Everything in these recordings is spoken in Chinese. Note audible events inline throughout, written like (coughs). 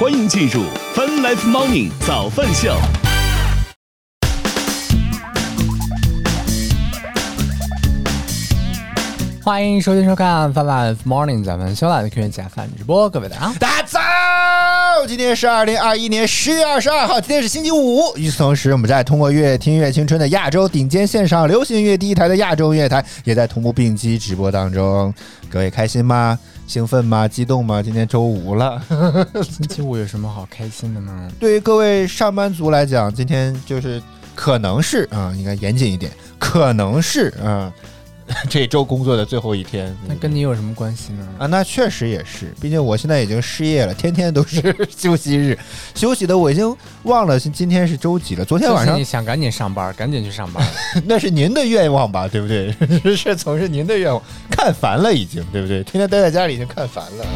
欢迎进入 Fun Life Morning 早饭秀。欢迎收听收看《泛滥 Morning》，咱们修懒的科学家范直播，各位大家好。 (laughs) 大家早！今天是二零二一年十月二十二号，今天是星期五。与此同时，我们在通过越听越青春的亚洲顶尖线上流行音乐第一台的亚洲乐台，也在同步并机直播当中。各位开心吗？兴奋吗？激动吗？今天周五了。星期五有什么好开心的呢？对于各位上班族来讲，今天就是可能是啊、应该严谨一点，可能是啊、 (laughs) 这周工作的最后一天。那跟你有什么关系呢？啊，那确实也是，毕竟我现在已经失业了，天天都是 (laughs) 休息日，休息的我已经忘了是今天是周几了。昨天晚就是上你想赶紧上 (laughs) 班，赶紧去上班。那是您的愿望吧，对不对？ (laughs) 是是从是您的愿望，看烦了已经，对不对？天天待在家里已经看烦了。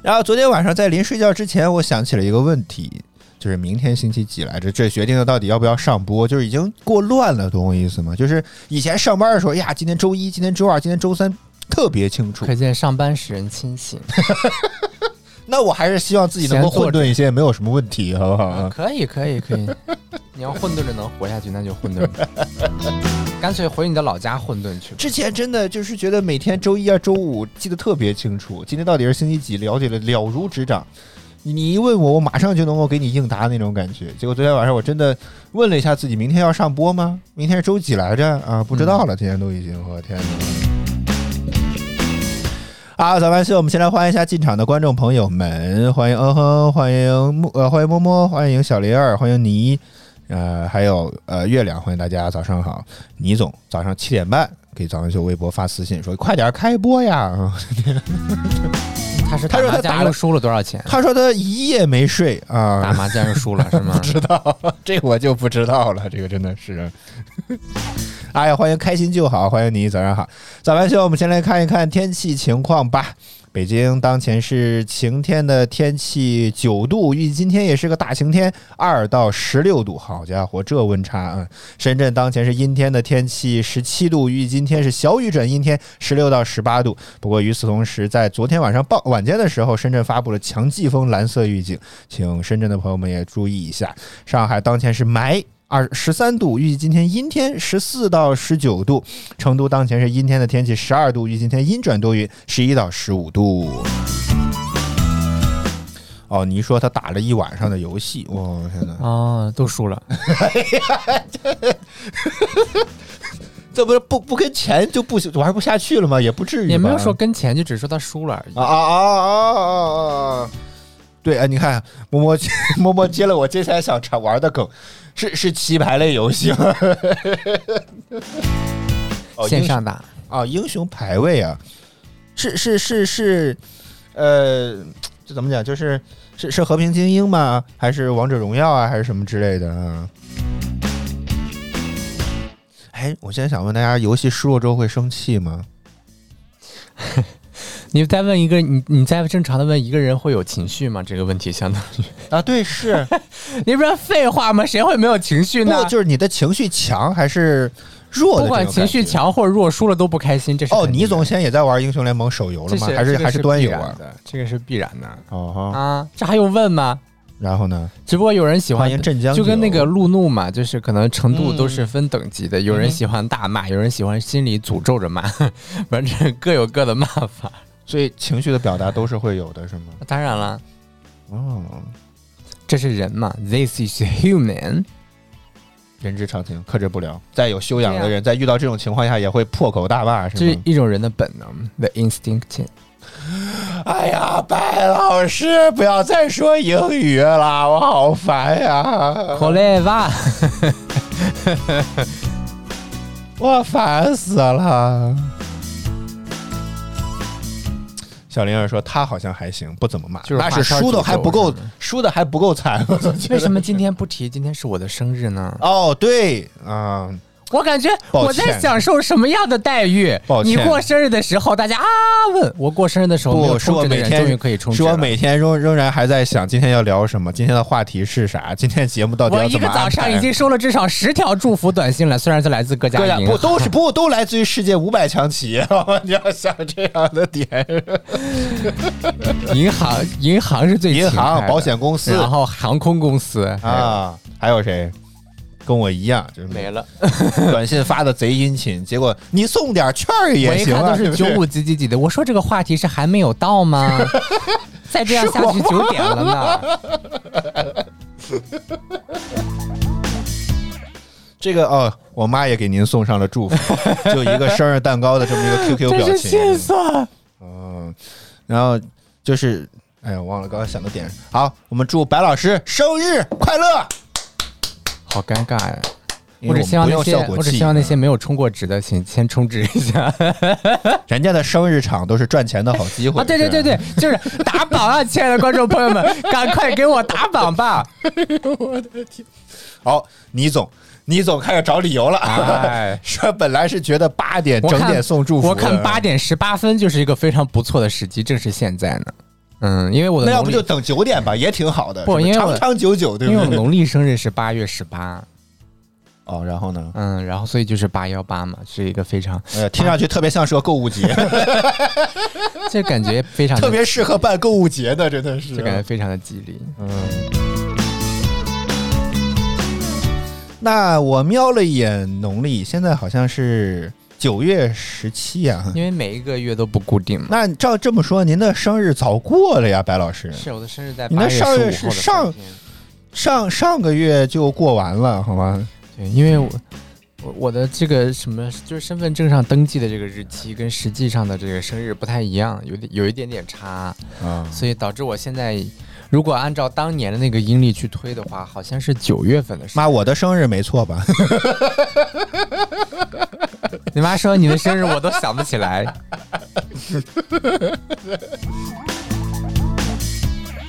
然后昨天晚上在临睡觉之前，我想起了一个问题，就是明天星期几来着？这决定了到底要不要上播，就是已经过乱了，懂我意思吗？就是以前上班的时候，哎呀，今天周一，今天周二，今天周三。特别清楚，可见上班使人清醒。那我还是希望自己能够混沌一些，没有什么问题，好不好 (laughs) 啊？可以，可以，可 (laughs) 以。你要混沌着能活下去，那就混沌着。 (laughs) 干脆回你的老家混沌去吧。之前真的就是觉得每天周一啊、周五记得特别清楚，今天到底是星期几，了解的了如指掌。你你一问我，我马上就能够给你应答那种感觉。结果昨天晚上我真的问了一下自己，明天要上播吗？明天是周几来着？啊，不知道了，今天都已经，我天哪！好，早饭秀，我们先来欢迎一下进场的观众朋友们，欢迎嗯哼，欢迎木呃，欢迎摸摸，欢迎小雷儿，欢迎倪，呃，还有呃月亮，欢迎大家早上好。倪总早上七点半给早上秀微博发私信说：“快点开播呀啊他是他说打他麻打将了？又输了多少钱！”他说他一夜没睡打啊，麻将又输了是 (laughs) 吗不？知道这我就不知道了，这个真的是。 (laughs) 哎呀，欢迎开心就好，欢迎你，早上好，早安秀，我们先来看一看天气情况吧。北京当前是晴天的天气，九度，预计今天也是个大晴天，二到十六度，好家伙，这温差啊！深圳当前是阴天的天气，十七度，预计今天是小雨转阴天，十六到十八度。不过与此同时，在昨天晚上傍晚间的时候，深圳发布了强季风蓝色预警，请深圳的朋友们也注意一下。上海当前是霾。二十三度，预计今天阴天，十四到十九度。成都当前是阴天的天气，十二度，预计今天阴转多云，十一到十五度。哦，你一说他打了一晚上的游戏，我、天哪！哦，都输 (laughs) 了。这不是不不跟钱就不行玩不下去了吗？也不至于吧，也没有说跟前，就只是说他输了而已。啊啊啊啊啊啊！对，哎，你看，摸摸摸摸接了 (laughs) 我接下来想常玩的梗，是是棋牌类游戏吗？ (laughs) 哦线英上打，啊，英雄排位啊，是是是是，呃，这怎么讲？就是是是和平精英吗？还是王者荣耀啊？还是什么之类的啊？哎，我现在想问大家，游戏输了之后会生气吗？你再问一个，你你再正常的问一个人会有情绪吗？这个问题相当于，啊，对， (laughs) 是你不是废话吗？谁会没有情绪呢不？就是你的情绪强还是弱不的？管情绪。强或者弱，输了都不开心，这是哦，肯定倪的总现在也在玩英雄联盟手游了这吗？是还这是个还是端必游然啊？的，这个是必然的哦哈，啊，这还用问吗？然后呢？只不过有人喜欢欢迎镇江就跟那酒个路怒嘛，就是可能程度都是分等级的，有人嗯喜欢大骂，有人喜欢心里诅咒着骂， (laughs) 反正各有各的骂法。所以情绪的表达都是会有的，是吗？当然了，哦，这是人嘛，This is 嗯 human。人之常情，克制不了。再有修养的人，在遇到这种情况下，也会破口大骂，这是是吗？一种人的本能，the instinct。哎呀，白老师，不要再说英语啦，我好烦呀，可累吧？我烦死了。小玲儿说：“他好像还行，不怎么骂，就是那画圈是输的还不诅够咒是吗，输的还 (laughs) 不够惨。我总觉得为什么今天不提？今天是我的生日呢？哦，对，啊、哦我感觉抱我歉在享受什么样的待遇抱？歉你过生日的时候，大家啊问我过生日的时候没有不是充我值的每人天终于可以充值是我了。每天仍仍然还在想今天要聊什么，今天的话题是啥，今天节目到底我要一怎个么安早上排？已经收了至少十条祝福短信了，虽然是来自各家对呀、啊银不行。 (laughs) 都是不都来自于世界五百强企业 (laughs) 吗？你要想这样 (laughs) 的点，银行银行是最银勤快行、的保险公司然后航空公司，哎啊，还有谁？跟我一样，就是没了。 (laughs) 短信发的贼殷勤，结果你送点券儿我也一行看啊，都是九对不五对几几几的，我说这个话题是还没有到 (laughs) 吗？再这样下去九点了呢。这个哦，我妈也给您送上了祝福， (laughs) 就一个生日蛋糕的这么一个 QQ 表情，酸。嗯，然后就是，哎呀，忘了刚刚想的点。好，我们祝白老师生日快乐！好尴尬呀、因我为只希望们那不些用效，果我只器希望那嗯些没有充过值的，请先充值一下人家的生日场都是赚钱的好机会啊！对对对，是吧对，就是打榜啊，亲爱的观众朋友们，赶快给我打榜 (laughs) 吧！好，倪总，倪总开始找理由了。哎 (laughs) 说本来是觉得八点我整看点送祝福的，我看八点十八分就是一个非常不错的时机，正是现在呢。嗯，因为我的那要农不历就等九点吧，也挺好的，不是是因为我长长久久，对因为我不对？农历生日是八月十八，哦，然后呢？嗯，然后所以就是八幺八嘛，是一个非常哎呀，听上去特别像是个购 (laughs) 物节，这感觉非常的 (laughs) 特别适合办购物节的，真的是嗯这。嗯感觉非常的吉利。那我瞄了一眼农历，现在好像是九月十七啊呀。因为每一个月都不固定嘛。那照这么说，您的生日早过了呀，白老师。是我的生日在你那八月十上五号月的是白上天上上个月就过完了，好吗？对，因为我我我的这个什么，就是身份证上登记的这个日期跟实际上的这个生日不太一样，有点有一点点差，啊，所以导致我现在如果按照当年的那个阴历去推的话，好像是九月份的事。妈，我的生日没错吧？你妈说你的生日我都想不起来，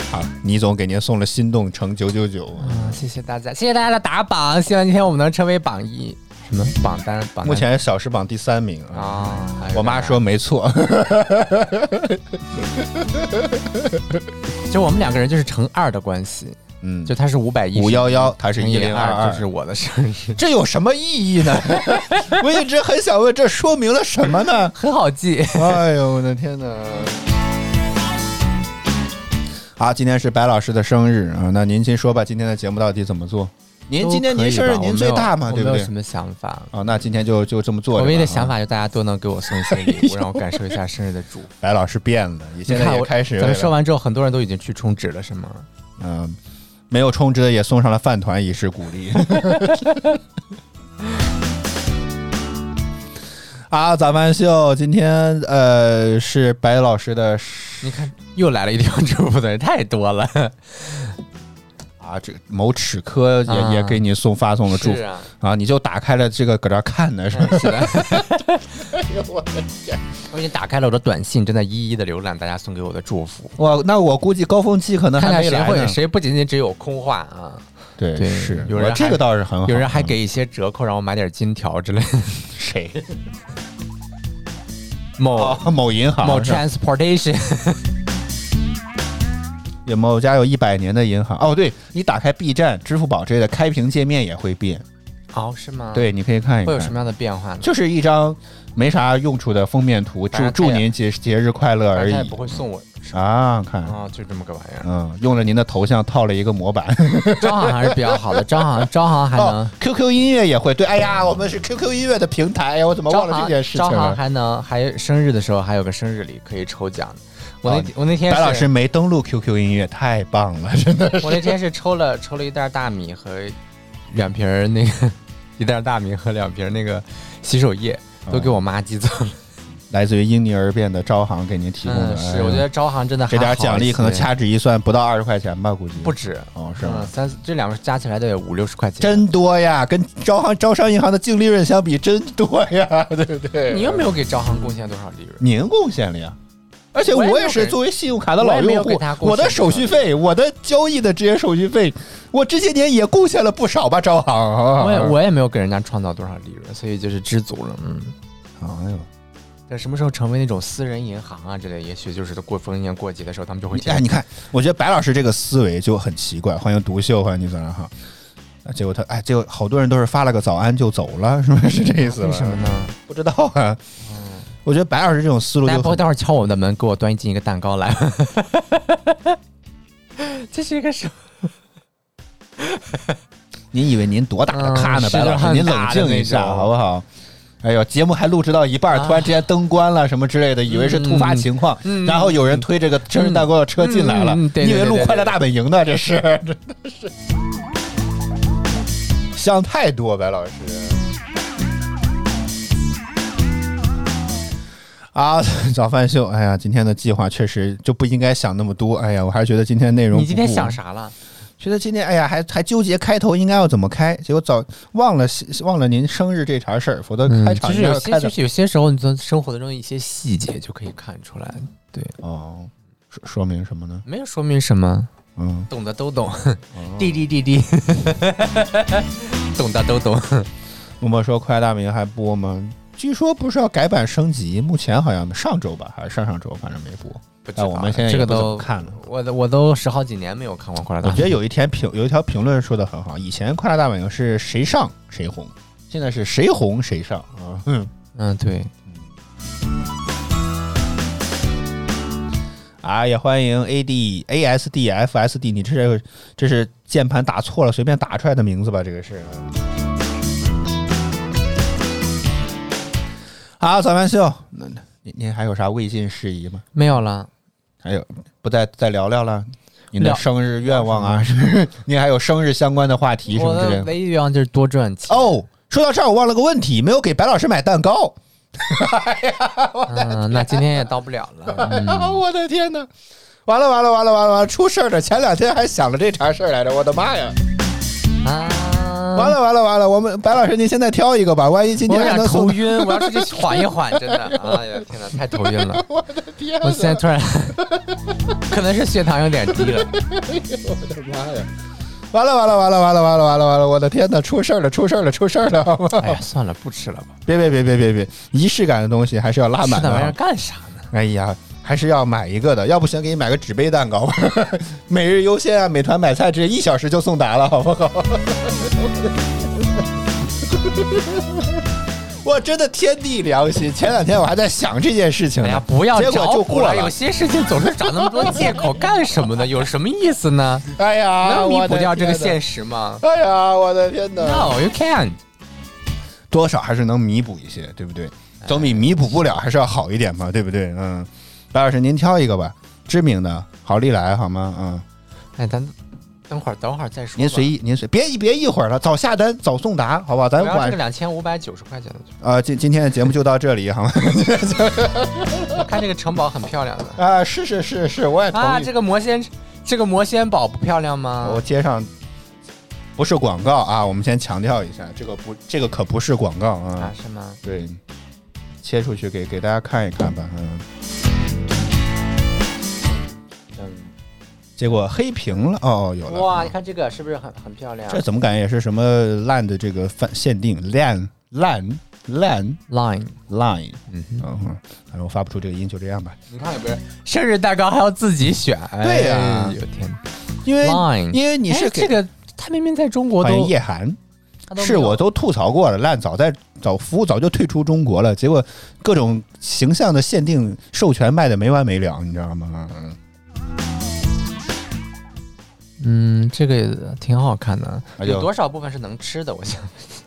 好，倪总给您送了心动乘九九九。 (laughs) 嗯，谢谢大家，谢谢大家的打榜，希望今天我们能成为榜一，什么榜单榜单目前小时榜第三名啊。啊，还有我妈这样说没错，就我们两个人就是乘二的关系， (laughs) 嗯，就他是五百一五幺幺，她是乘一以零二二，二，就是我的生日， (laughs) 这有什么意 (laughs) 义呢？我一直很想问，这说明了什么呢？很好记。哎呦，我的天哪！好，今天是白老师的生日啊，那您先说吧，今天的节目到底怎么做？您今天您生日您最大嘛，我没对有不我没对有什？么想法。啊，那今天就就这么做着我吧。唯一的想啊，法就大家都能给我送一些礼物，让我感受一下生日的 (laughs) 祝福。白老师变了，也现嗯你在看也我开始咱们说了完之后，很多人都已经去充值了，是吗？嗯，没有充值的也送上了饭团以示鼓励。 (laughs) 啊，早班秀今天呃是白老师的你看，又来了一条祝福的人，太多 (laughs) 了。啊，这某齿科也、啊也给你送发送了祝是福啊，嗯啊，你就打开了这个搁这儿看呢是吧？是的。我已经打开了我的短信，正在一一的浏览大家送给我的祝福， (laughs) 我那我估计高峰期可能看还看没谁来会呢。谁不仅仅只有空话啊，对，对是有人我这还个倒是很好。有人还嗯给一些折扣，让我买点金条之类 (laughs) 的。谁？某哦，某银行某是吧 transportation (laughs) 有某家有一百年的银行。哦，对你打开 B 站、支付宝之类的开屏界面也会变。哦，是吗？，对，你可以看一看。会有什么样的变化呢？就是一张没啥用处的封面图，反祝正祝他也您节节日快乐反而正他也已不会送我啊！看，啊，就这么个玩意儿。嗯，用了您的头像套了一个模板。招行还是比较好的，招 (laughs) 行招行还能哦。，QQ 音乐也会对。哎呀，我们是 QQ 音乐的平台，哎呀我怎么招忘了这行件事情招行了？还能还生日的时候还有个生日礼可以抽奖，我那、哦我那天白是老师没登录 QQ 音乐，太棒了， (laughs) 真的。我那天是抽了抽了一袋大米和两瓶儿那个 (laughs) 一袋大米和两瓶儿那个洗手液哦都给我妈寄走了。来自于英尼而变的招行给您提供的。嗯，哎是，呀我觉得招行真的还这点好一奖励可能些掐指一算不到二十块钱吧，估计不。止，哦，是嗯，吗？三这两个加起来得有五六十块钱。真多呀，跟招行招商银行的净利润 (laughs) 相比，真多呀，对不对？你又没有给招行贡献多少利润。您贡献了呀。而且我也没我有也是给作为信用卡的我老也没有用户给他，贡我的献手多续费，我的交易的这些手续费，我这些年也贡献了不少吧，招行。好不好我也我也没有给人家创造多少利润，所以就是知足了。嗯，哎呦，但什么时候成为那种私人银行啊之类，也许就是过逢年过节的时候，他们就会你这哎，样。你看，我觉得白老师这个思维就很奇怪。欢迎独秀，欢迎你早上好。啊结果他哎，结果好多人都是发了个早安就走了，是不是是这意思为吧？什么呢？不知道啊。我觉得白老师这种思路大家就不会很待会儿敲我们的门，给我端进一个蛋糕来。 (laughs) 这是一个什么？您以为您多大的咖呢，嗯白老是师？的您冷静一下好不好？哎呦，节目还录制到一半，啊突然之间灯关了什么之类的，以为是突发情况，嗯嗯然后有人推这个生日蛋糕的车进来了，嗯嗯嗯对你以为对对录对《快乐大本营》呢？这是，真的是想太多，(laughs) 白老师。啊，早饭秀，哎呀，今天的计划确实就不应该想那么多。哎呀，我还是觉得今天内容你今天不够想啥了？觉得今天哎呀，还还纠结开头应该要怎么开，结果早忘了忘了您生日这茬事儿，否则开嗯场就是应该有是些，开的、就是有些时候，你从生活当中一些细节就可以看出来，哦，说说明什么呢？没有说明什么，哦嗯，懂的都懂。 (laughs) 滴滴滴滴，懂的都懂。默默说《快乐大本营》还播吗？据说不是要改版升级，目前好像上周吧，还是上上周，反正没播。不知但道我们现在这也个不怎么都啊看了。我都我都十好几年没有看过《快乐大我本觉营得有一天评有一条评论说的很好，以前《快乐大本营》是谁上谁红，现在是谁红谁上啊。哼嗯，对，啊，也欢迎 A D A S D F S D，你这是这是键盘打错了，随便打出来的名字吧？这个是。好，早饭秀，那那您您还有啥未尽事宜吗？没有了。还有不再再聊聊了？你的聊生日愿望啊，是不是您还有生日相关的话题什我么之类的的？唯一愿望就是多赚钱。哦，说到这儿，我忘了个问题，没有给白老师买蛋糕。哦嗯，那今天也到不了了。 (laughs) 啊！我的天哪！完了完了完了完了完了，出事儿了！前两天还想了这茬事儿来着，我的妈呀！嗯啊，完了完了完了，我们白老师您现在挑一个吧，万一今我有天点还能头送。晕， (laughs) 我要出去缓一缓，真的。哎呀，天哪，太头晕 (laughs) 了。我的天我现在突然，可能是血糖有点低 (laughs) 了。我的妈呀！完了完了完了完了完了完了完了！我的天哪，出事儿了出事儿了出事儿了！好吗？哎呀，算了，不吃了吧。别别别别别别，仪式感的东西还是要拉吃满啊那玩意儿的。干啥呢？哎呀，还是要买一个的，要不行给你买个纸杯蛋糕吧，每日优先啊，美团买菜直接一小时就送达了，好不好？我真的天地良心，前两天我还在想这件事情哎呢呀，，不要结果找就补过了有些事情总是找那么多借口干什么呢？有什么意思 (laughs) 呢？哎呀，能弥我补的掉这个天现哦哪实吗哎呀，我的天哪！ ？No, you can't。多少还是能弥补一些，对不对？总比弥补不了还是要好一点嘛，对不对？嗯，白老师您挑一个吧，知名的好利来好吗？嗯，哎，咱等会儿，等会儿再说吧。您随意，您随别一别一会儿了，早下单早送达，好吧？咱我要这晚个两千五百九十块钱的，啊，今今天的节目就到这里 (laughs) 好吗？我看这个城堡很漂亮的。啊，是是是是，我 (laughs) 也同啊，意这。个魔仙，这个魔仙堡不漂亮吗我？接上不是广告啊，我们先强调一下，这个不这个可不是广告啊，是吗？对，切出去给给大家看一看吧。嗯，结果黑屏了。哦，有了。嗯哇，你看这个是不是很很漂亮这怎么感觉也是什么烂的这个范限定烂烂烂？Line， line。嗯哼，嗯哼，反正我发不出这个音，就这样吧。你看有没有？生日蛋糕还要自己选？对呀哎呦天因为，Line，因为你是哎给、这个，他明明在中国欢迎都，叶涵，他都没是有我都吐槽过了，烂早在早服务早就退出中国了，结果各种形象的限定授权卖的没完没了，你知道吗？嗯嗯，这个也挺好看的，哎呦有多少部分是能吃的？我想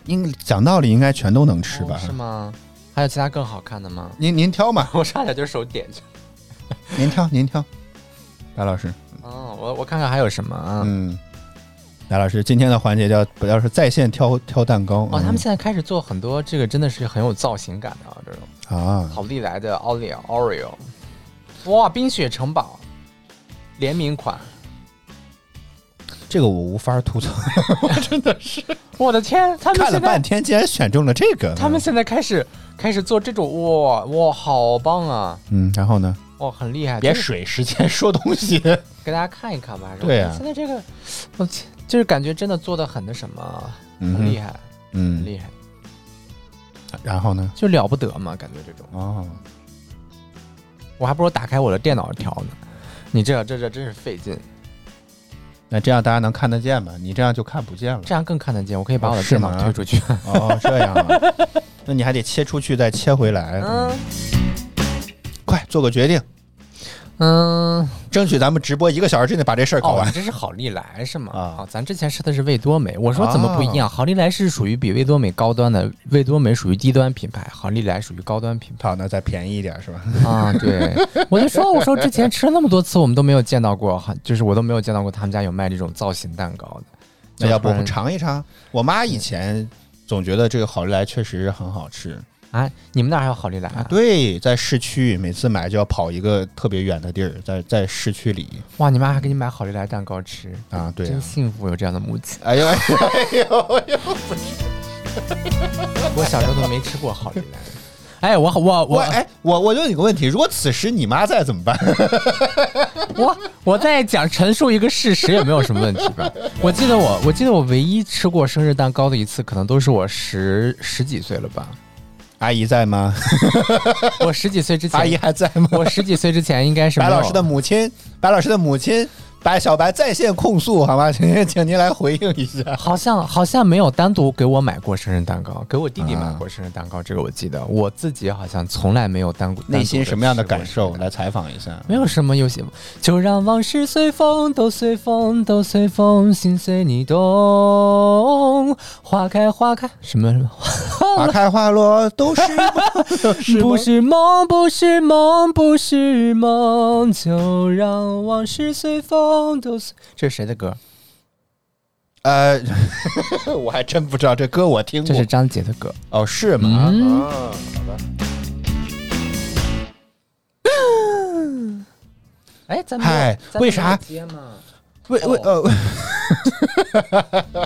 应讲道理应该全都能吃吧哦？是吗？还有其他更好看的 (laughs) 吗？您您挑嘛，我差点就手点去。您挑您挑，白老师。哦，我我看看还有什么啊？嗯，白老师，今天的环节叫不要是在线挑挑蛋糕哦，他们嗯现在开始做很多这个真的是很有造型感的啊，这种啊，好利来的奥利 Oreo，哇，冰雪城堡联名款，这个我无法吐槽，我的天，他们看了现半在天竟然选中了这个，他们现在开始开始做这种，哇哇，好棒啊！嗯，然后呢？哦，很厉害，别就是水时间说东西。给大家看一看吧。还是对啊现在这个，我切就是感觉真的做的很那什么，很厉害，很 (laughs) 嗯，厉害，然后呢？就了不得嘛，感觉这种，哦，我还不如打开我的电脑调呢。你这这这真是费劲，那这样大家能看得见吧？你这样就看 (laughs) 不见了。这样更看得见。我可以把我的哦是电吗脑推出 (laughs) 去。哦，这样啊，那你还得切出去再切回来。嗯，嗯快做个决定，嗯，争取咱们直播一个小时之内把这事儿搞哦，完。你这是好利来是吗？啊哦，咱之前吃的是味多美，我说怎么不一样？好利来是属于比味多美高端的，味多美属于低端品牌，好利来属于高端品牌。好，那再便宜一点是吧？啊，对， (laughs) 我就说，我说之前吃了那么多次，我们都没有见到过，哈，就是我都没有见到过他们家有卖这种造型蛋糕的。那哎要不我就们突然尝一尝？我妈以前总觉得这个好利来确实很好吃啊？你们那儿还有好利来、啊？，对，在市区每次买就要跑一个特别远的地儿，在在市区里哇，你妈还给你买好利来蛋糕吃，啊，对啊真幸福，有这样的母亲。哎呦哎呦 (laughs) 哎呦！我小时候都没吃过好利来。哎，我我我我哎，我我问你个问题，如果此时你妈在怎么办？ (laughs) 我我在讲陈述一个事实，也没有什么问题 (laughs) 吧？我记得我我记得我唯一吃过生日蛋糕的一次，可能都是我十十几岁了吧？阿姨在吗？我十几岁之阿姨前，还在吗？ (laughs) 我十几岁之前应该是没白有老师的母亲，白老师的母亲，白小白在线控诉，好吗？ (laughs) 请请您来回应一 (laughs) 下。好像好像没有单独给我买过生日蛋糕，给我弟弟买过生日蛋糕，这个我记得。我自己好像从来没有单独内心什么样的感受？？单独地吃过生日蛋糕来采访一下。没有什么有些，就让往事随风，都随风，都随风，心随你动。花开花开，什么什么？花开花落都是梦都 (laughs) 是不梦是梦，不是梦，不是梦，就让往事随风，都随。这是谁的歌？呃， (laughs) 我还真不知道这歌我听这过是。张杰的歌。哦，是吗？嗯啊，好吧。哎，咱们嗨咱们为啥有接吗？为为哦 (laughs) 呃，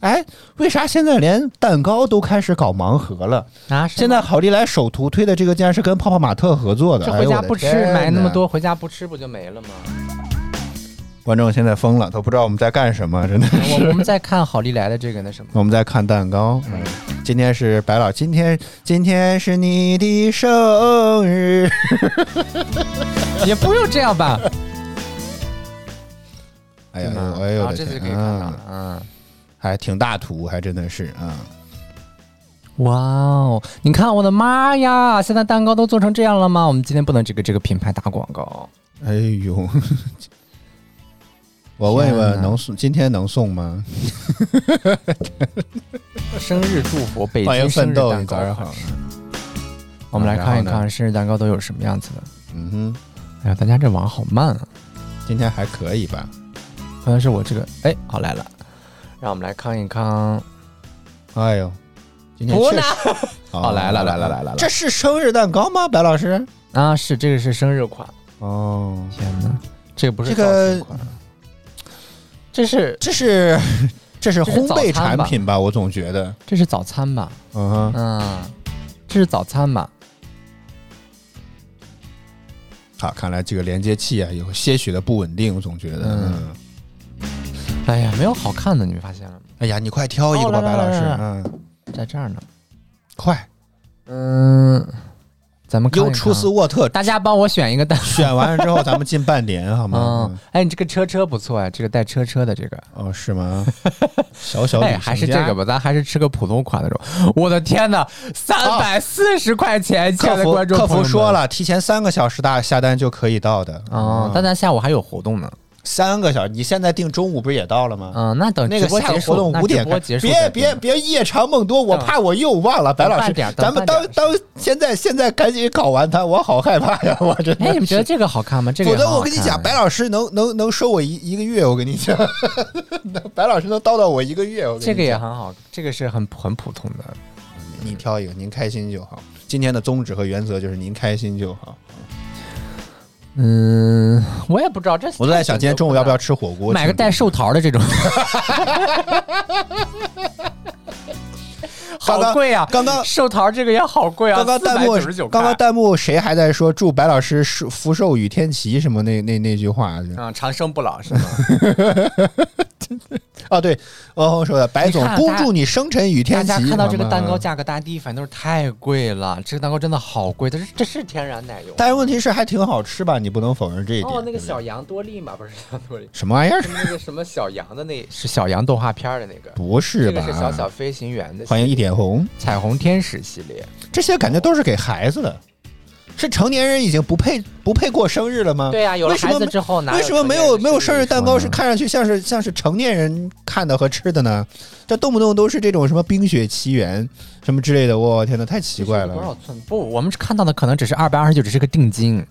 (laughs) 哎，为啥现在连蛋糕都开始搞盲盒了？啊，现在好利来首图推的这个竟然是跟泡泡玛特合作的，这哎回呦家我的不吃，天买那么哪多回家不吃不就没 (laughs) 了吗？观众现在疯了，都不知道我们在干什么，真的是。我我们在看好利来的这个那什么， (laughs) (laughs) 我们在看蛋糕，嗯今天是白老，今天今天是你的生日，也不用这样吧？哎呀对吗，哎呦啊我的这次天，可以看到嗯了，嗯。还挺大图，还真的是啊，哇哦！你看我的妈呀！现在蛋糕都做成这样了吗？我们今天不能这个这个品牌打广告。哎呦， (laughs) 我问一天问，哪能送今天能送吗？生日祝福，北欢迎京生奋日斗，蛋你糕早上好。我们来看一然后看生日蛋糕都有什么样子的。嗯哎呀，大家这网好慢啊！哼，今天还可以吧？好像是我这个，哎，好来了。让我们来看一看，哎呦，今天不确呢实哦来了来了来了来了这是生日蛋糕吗？白老师？啊，是这个是生日款，哦，天哪，这个不是这个造型款，这是这是这是烘这是焙早餐产吧品吧？我总觉得，这是早餐吧？嗯哼，嗯，这是早餐吧？好，看来这个连接器啊有些许的不稳定，我总觉得，嗯嗯，哎呀，没有好看的，你们发现了吗？哎呀，你快挑一个吧，哦来白来老师，来来嗯，在这儿呢。快，嗯，咱们看一优看出斯沃特，大家帮我选一个蛋。选完了之后咱们进半年好吗？嗯，哎，你这个车车不错呀、这个带车车的这个，哦，(laughs) 是吗？小小旅哎，行还是这家个吧，咱还是吃个普通款那种。我的天哪，三百四十块钱，亲爱啊客的服观众客朋友服们说。了，嗯提前三个小时大下单就可以到的。哦，但咱下午还有活动呢。三个小时，你现在订中午不是也到了吗？嗯，那等那直个播下午结活束，动那五直点播开，结束别再定，别别夜长梦多，我等怕我又忘了。白老师半点，等咱们半当点当现在现在赶紧搞完它，我好害怕呀！我真哎，的是。你们觉得这个好看吗？这个否也则很好哎我跟你讲，看啊白老师能能能收我一一个月，我跟你讲， (laughs) 白老师能叨叨我一个月，我跟你讲嗯这个也很好，这个是很很普通的。你挑一个，您开心就好。今天的宗旨和原则就是您开心就好。嗯，我也不知道这。我都在想今天中午要不要吃火锅， (laughs) 买个带寿桃的这种。刚好刚贵啊！刚刚寿桃这个也好贵啊，刚刚弹幕499刚刚块弹幕谁还在说祝白老师是福寿与天齐什么那那那句话？啊嗯，长生不老是吗？ (laughs) 哦，对，王红说的，白总你看啊恭大家祝你生辰与大天齐。家看到这个好吗蛋糕，价格，大家第一反应都是太贵了，这个蛋糕真的好贵，但是这是天然奶油。但是问题是还挺好吃吧？你不能否认这一点。哦，那个对不对小羊多利嘛，不是小羊多利，什么玩意儿？是那个什么小羊的那，是小羊动画片的那个，不是这吧？个是小小飞行员的欢迎一点红，彩虹天使系列。这些感觉都是给孩子的，是成年人已经不配不配过生日了吗？对呀、有了为什孩么子之后，哪为什么没有没有生日蛋糕是看？看上去像是像是成年人看的和吃的呢？这动不动都是这种什么《冰雪奇缘》什么之类的，我、天呐，太奇怪多少了寸？不，我们看到的可能只是二百二十九，只是个定金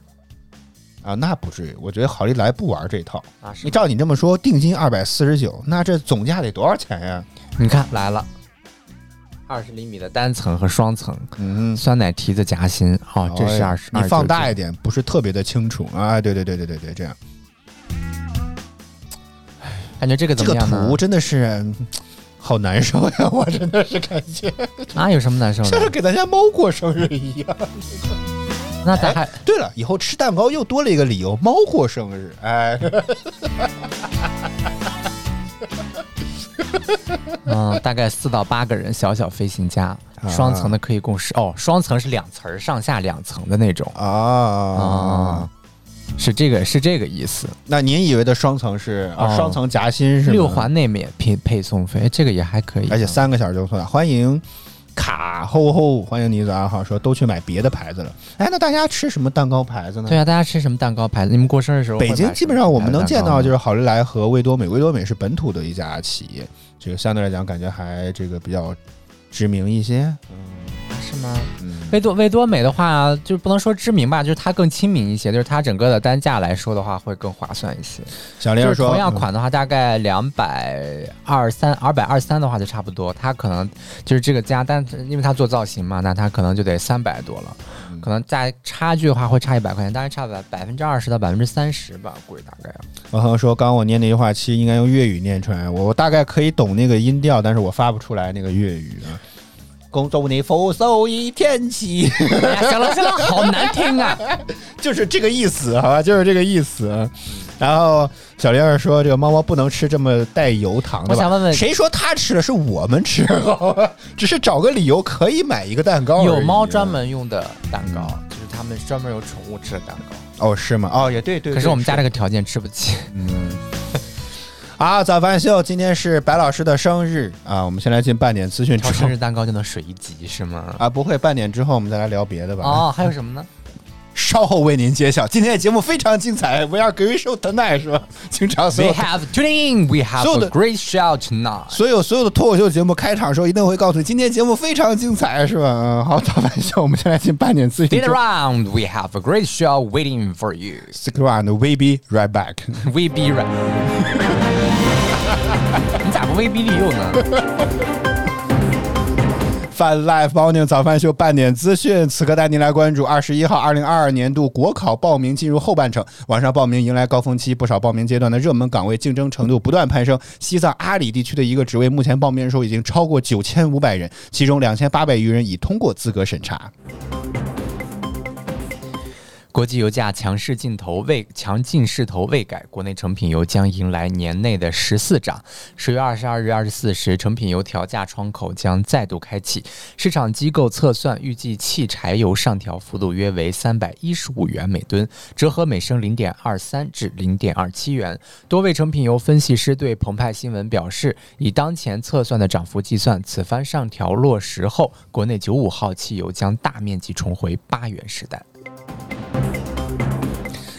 啊！那不至于，我觉得好利来不玩这一套。啊！是你吗照你这么说，定金二百四十九，那这总价得多少钱呀？你看来了，二十厘米的单层和双层嗯，哎酸奶提子夹心，哦，这是二十，你放大一一点，不是特别的清楚啊！对对对对对对，这样感觉这个这怎个么样呢？图真的是嗯好难受呀！我真的是感觉啊，有什么难受像是的？给咱家猫过生日一样。那咱还对了，以后吃蛋糕又多了一个理由，猫过生日。哎，嗯，大概四到八个人，小小飞行家，啊双层的可以共十哦，双层是两层儿上下两层的那种，啊啊，是这个是这个意思。那您以为的双层是啊，哦双层夹心是吗哎六，环内免配配送费，这个也还可以，啊而且三个小时就送达。欢迎卡厚厚，欢迎你的暗号说都去买别的牌子了。哎，那大家吃什么蛋糕牌子呢？对啊，大家吃什么蛋糕牌子？你们过生日的时候会买北什么牌子的蛋糕吗，京基本上我们能见到就是好利来和味多美，味多美是本土的一家企业，这个相对来讲感觉还这个比较知名一些。是吗？嗯，维多维多美的话，就不能说知名吧，就是它更亲民一些，就是它整个的单价来说的话，会更划算一些。就小玲是儿说同样嗯款的话，大概两百二三、二百二三的话就差不多，它可能就是这个价，但是因为它做造型嘛，那它可能就得三百多了，嗯可能在差距的话会差一百块钱，大概差百百分之二十到百分之三十吧，估计大概要。 (laughs) 王恒说：“刚刚我念那句话，其实应该用粤语念出来。我我大概可以懂那个音调，但是我发不出来那个粤语啊。恭祝你福寿一天齐，哎呀，行了行了，好难听啊！ (laughs) 就是这个意思，好吧，就是这个意思。啊然后小玲儿说：“这个猫猫不能吃这么带油糖的吧。”我想问问谁说它吃了？是我们吃， (laughs) 好吧？只是找个理由可以买一个蛋糕而已。啊有猫专门用的蛋糕，就是他们专门有宠物吃的蛋糕。哦，是吗？哦，也对对。可是我们对家这个条件吃不起。啊，早饭秀今天是白老师的生日啊，我们先来进半点资讯之挑后生日蛋糕就能水一级是吗？啊，不会半点之后我们再来聊别的吧。 (laughs) 哦，还有什么呢？稍后为您揭晓。今天的节目非常精彩，We are going show tonight，是吧？经常啊所 We 有 have tuning, we have 所有的 a great show tonight。所有所有的脱口秀节目开场的时候一定会告诉你，今天节目非常精彩，是吧？嗯，好，打玩笑，我们先来进半点资 Sit 讯。 around, we have a great show waiting for you. Stick around, we be right back。 We be (laughs) right. 你咋不威逼利诱呢？ Fun Life Morning 早饭秀半点资讯，此刻带您来关注二十一号二零二二年度国考报名进入后半程，网上报名迎来高峰期，不少报名阶段的热门岗位竞争程度不断攀升。西藏阿里地区的一个职位，目前报名人数已经超过九千五百人，其中两千八百余人已通过资格审查。国际油价强势劲头未强劲势头未改，国内成品油将迎来年内的十四涨。十月二十二日二十四时，成品油调价窗口将再度开启。市场机构测算，预计汽柴油上调幅度约为三百一十五元每吨，折合每升零点二三至零点二七元。多位成品油分析师对澎湃新闻表示，以当前测算的涨幅计算，此番上调落实后，国内九五号汽油将大面积重回八元时代。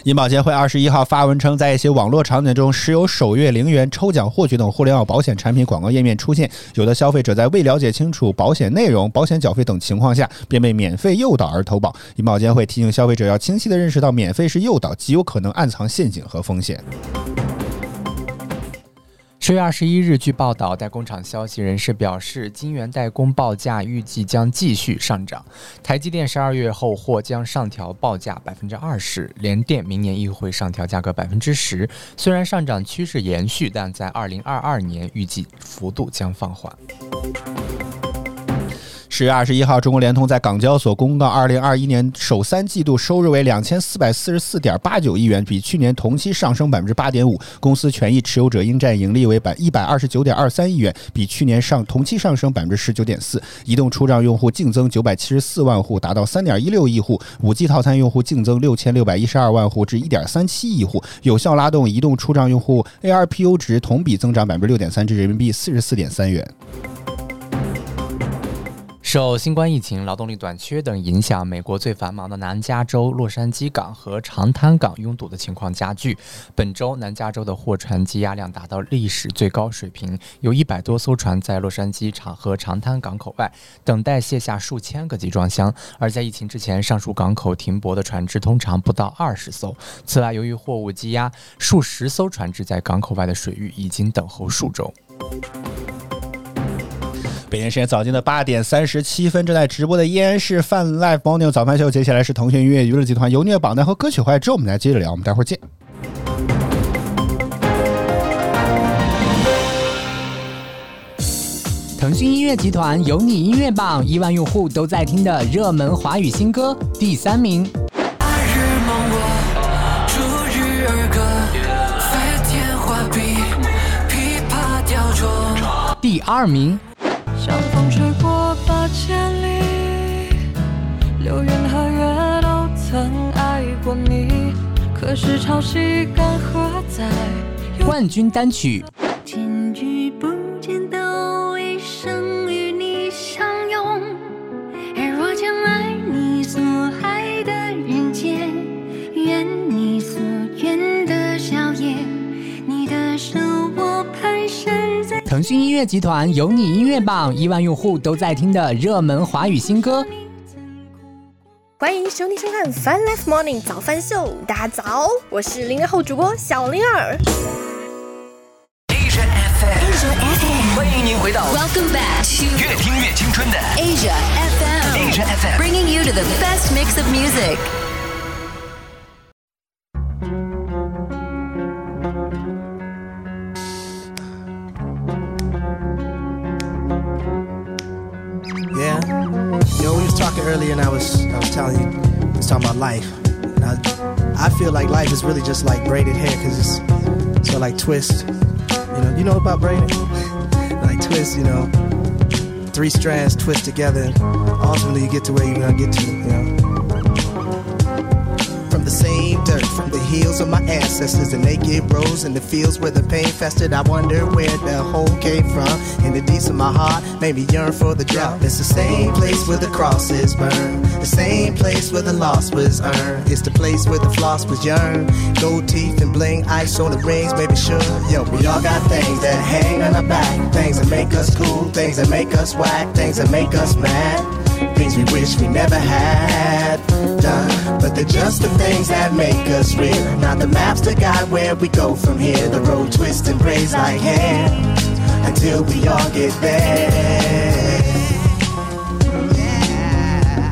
银保监会二十一号发文称，在一些网络场景中，时有首月零元抽奖获取等互联网保险产品广告页面出现，有的消费者在未了解清楚保险内容、保险缴费等情况下，便被免费诱导而投保。银保监会提醒消费者要清晰地认识到，免费是诱导，极有可能暗藏陷阱和风险。十月二十一日，据报道，代工厂消息人士表示，晶圆代工报价预计将继续上涨。台积电十二月后或将上调报价百分之二十，联电明年亦会上调价格百分之十。虽然上涨趋势延续，但在二零二二年预计幅度将放缓。十月二十一号，中国联通在港交所公告，二零二一年首三季度收入为两千四百四十四点八九亿元，比去年同期上升百分之八点五。公司权益持有者应占盈利为百一百二十九点二三亿元，比去年上同期上升百分之十九点四。移动出账用户净增九百七十四万户，达到三点一六亿户；五 G 套餐用户净增六千六百一十二万户，至一点三七亿户，有效拉动移动出账用户 ARPU 值同比增长百分之六点三，至人民币四十四点三元。受新冠疫情、劳动力短缺等影响，美国最繁忙的南加州洛杉矶港和长滩港拥堵的情况加剧。本周，南加州的货船积压量达到历史最高水平，有一百多艘船在洛杉矶场和长滩港口外等待卸下数千个集装箱。而在疫情之前，上述港口停泊的船只通常不到二十艘。此外，由于货物积压，数十艘船只在港口外的水域已经等候数周。北京时间早间的八点三十七分，正在直播的依然是泛 Live Morning 早饭秀。接下来是腾讯音乐娱乐集团游虐榜单和歌曲坏之后，我们来接着聊，我们待会儿见。腾讯音乐集团有你音乐榜，亿万用户都在听的热门华语新歌，第三名。夏日梦我，逐日而歌，在天花笔，琵琶雕琢。第二名，像风吹过八千里，流云和月都曾爱过你。可是潮汐干涸在冠军单曲千句不见都一生与你相拥，而我将爱你所爱的人间，愿你所愿的笑颜，你的手我蹒跚在。腾讯音乐集团有你音乐榜，亿万用户都在听的热门华语新歌。欢迎收听收看《Fun Life Morning 早饭秀》，大家早，我是零零后主播小灵儿。 Asia FM，欢迎您回到 Welcome back to 越听越青春的 Asia FM, Asia FM。 bringing you to the best mix of music. Yeah. You know, we was talking earlier, and I was I was telling you, I was talking about life. And I, I feel like life is really just like braided hair, cause it's so like twist. You know, you know about braiding, (laughs) like twist. You know, three strands twist together. Ultimately, you get to where you want to get to. You know. From the same dirt, from the heels of my ancestors, the naked rose in the fields where the pain festered. I wonder where the hole came from. In the deeps of my heart, made me yearn for the drop. It's the same place where the crosses burn, the same place where the loss was earned. It's the place where the floss was yearned. Gold teeth and bling, ice on the rings, baby, sure. Yo, we all got things that hang on our back, things that make us cool, things that make us whack, things that make us mad. Things we wish we never had done. But they're just the things that make us real. Not the maps that guide where we go from here. The road twists and braids like hair until we all get there. Yeah.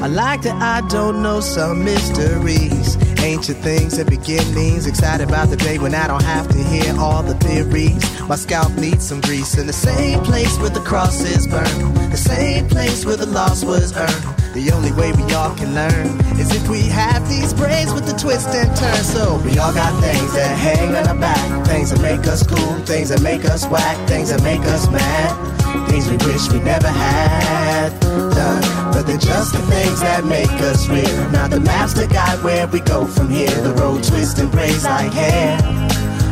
I like that I don't know some mysteries. Ancient things and beginnings. Excited about the day when I don't have to hear all the theories. My scalp needs some grease in the same place where the crosses burn, the same place where the loss was earned. The only way we all can learn is if we have these braids with the twist and turn. So we all got things that hang on our back, things that make us cool, things that make us whack, things that make us mad, things we wish we never had done. But they're just the things that make us real, not the maps that guide where we go from here. The road twists and braids like hair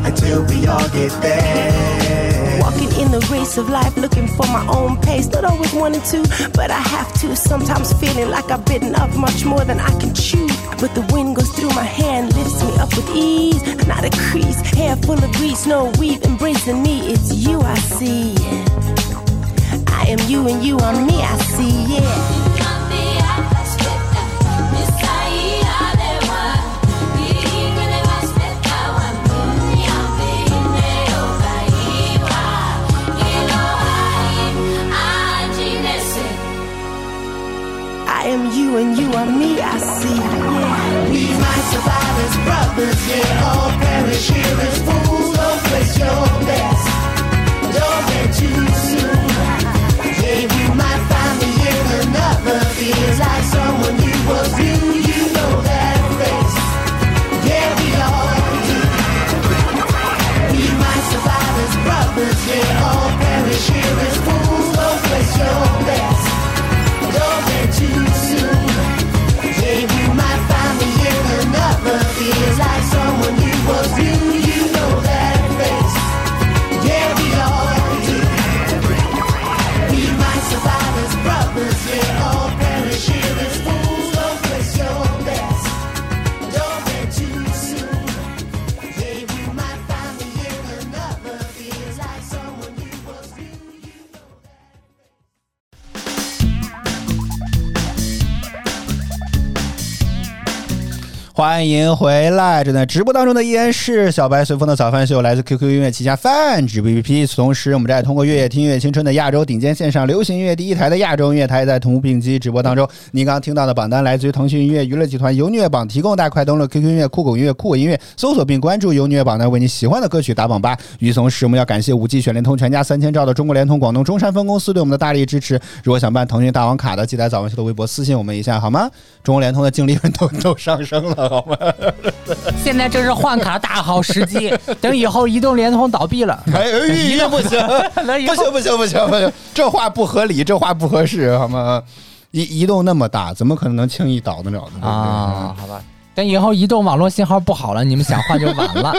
until we all get there. Walking in the race of life, looking for my own pace. Not always wanting to, but I have to. Sometimes feeling like I've bitten off much more than I can chew. But the wind goes through my hair and lifts me up with ease. Not a crease, hair full of grease, no weave embracing me. It's you I see. I am you and you are me, I see, yeah. I am you and you are me, I see, yeah. We might survive as brothers, yeah, all perish here as fools. But always your best. Don't get too soon. Yeah, you might find me in another. Feels like someone you was new. You know that face. Yeah, we all do. We might survive as brothers. Yeah, all perish here as fools. Don't place your bets. Don't get too soon. Yeah, you might find me in another. Feels like someone you was new. You know that face. Yeah, we all do. We might survive as brothers. Yeah, all perish here as fools. Don't place your bets. Don't get too soon. Yeah, you might find me in another. Feels like someone you was new. (laughs) 欢迎回来！正在直播当中的依然是小白随风的早饭秀，来自 QQ 音乐旗下泛指 BPP。同时，我们在通过越野听越青春的亚洲顶尖线上流行音乐第一台的亚洲音乐台，在同步并机直播当中。您刚刚听到的榜单来自于腾讯音乐娱乐集团由音乐榜提供，大家快登录 QQ 音乐、酷狗音乐、酷我音乐，搜索并关注由音乐榜单，为你喜欢的歌曲打榜吧。与此同时，我们要感谢五 G 选联通全家三千兆的中国联通广东中山分公司对我们的大力支持。如果想办腾讯大王卡的，记得在早饭秀的微博私信我们一下好吗？中国联通的净利润都都上升了，好吗？现在正是换卡大好时机， (laughs) 等以后移动、联通倒闭 (laughs) 了，哎哎，移动不行， (laughs) 不行不行不行不行，这话不合理，这话不合适，好吗？移移动那么大，怎么可能能轻易倒得了呢？对不对啊，好吧。等以后移动网络信号不好了，你们想换就晚 (laughs) 了。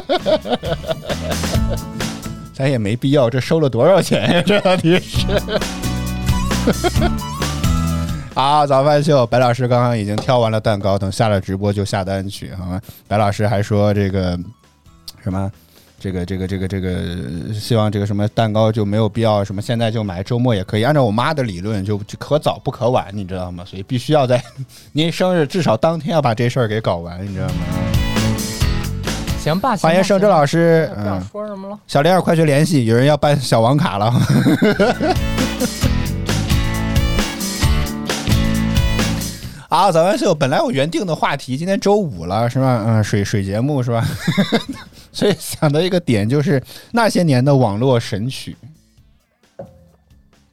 咱也没必要，这收了多少钱 (laughs) 呀？这到底是？好，早饭秀，白老师刚刚已经挑完了蛋糕，等下了直播就下单去，好吗？白老师还说这个什么，这个这个这个这个，希望这个什么蛋糕就没有必要什么现在就买，周末也可以。按照我妈的理论，就就可早不可晚，你知道吗？所以必须要在 (laughs) 您生日至少当天要把这事儿给搞完，你知道吗？行吧，欢迎盛盛之老师，嗯，说什么了？小莲儿快去联系，有人要办小王卡了。 (laughs) 啊，早安秀，本来我原定的话题，今天周五了是吧？嗯，水水节目是吧？ (laughs) 所以想到一个点，就是那些年的网络神曲，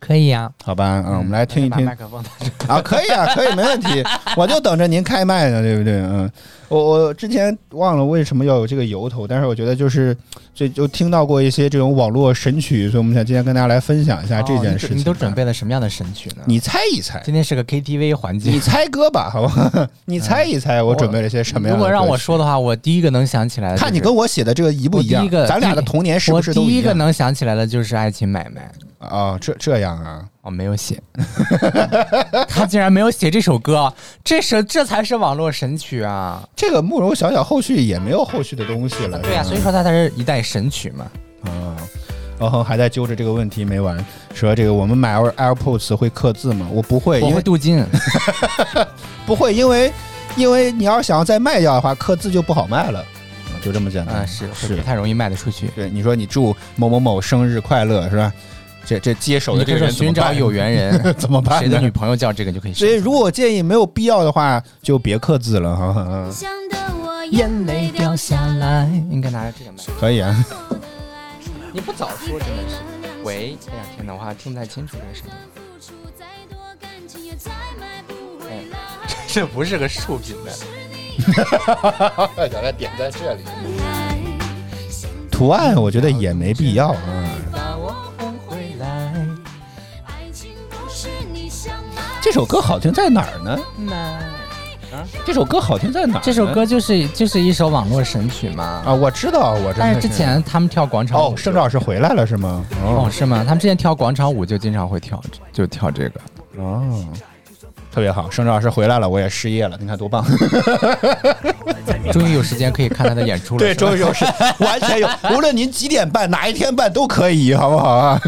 可以啊呀、好吧？嗯，我们来听哎一把听麦。克风拿出来 (laughs) 啊，可以啊，可以，没问题，我就等着您开麦呢，对不对？嗯，我我之前忘了为什么要有这个由头，但是我觉得就是这就听到过一些这种网络神曲，所以我们想今天跟大家来分享一下哎这件事情。哦啊你都你都准备了什么样的神曲呢？你猜一猜，今天是个 KTV 环节，你猜歌吧，好不好？ (laughs) 你猜一猜，我准备了些什么样如的歌曲？果让我说的话，我第一个能想起来的、就是，看你跟我写的这个一不一我样第一个，咱俩的童年是不是都我第一一个样？能想起来的就是《爱情买卖》，啊、这这样啊，我没有写， (laughs) 他竟然没有写这首歌，这是这才是网络神曲啊！这个慕容小小后续也没有后续的东西了。对啊呀、嗯所以说它才是一代神曲嘛。啊，然后还在揪着这个问题没完，说这个我们买 Air AirPods 会刻字吗？我不会，我因会为镀 (laughs) 金，不会，因为因为你要想要再卖掉的话，刻字就不好卖了，啊就这么简单。啊，是会是不太容易卖得出去。对，你说你祝某某某生日快乐是吧？这这接手的你这就个是人怎寻么找办，有缘人 (laughs) 怎么办呢谁的女朋友叫这个就可以所选。以如果我建议没有必要的话，就别刻字了 (laughs) 哈哈。哈想的我眼泪掉下来，应该拿着这个麦。可以啊，你不早说，真的是。喂，哎呀天哪，我好像听不太清楚这个声音。哎， (laughs) 这不是个竖屏的。原来点在这里。图案我觉得也没必要啊。把我哄回来，这首歌好听在哪儿呢？这首歌好听在哪儿呢？这首歌就是就是一首网络神曲嘛。啊，我知道，我真的但是之前他们跳广场舞哦，盛志老师回来了是吗？哦是吗？他们之前跳广场舞就经常会跳就跳这个。哦，特别好，盛志老师回来了，我也失业了，你看多棒！终于有时间可以看他的演出了。 (laughs) (laughs) 对，是吧 (laughs) 终于有事，完全有，无论您几点办，哪一天办都可以，好不好 (laughs) 啊？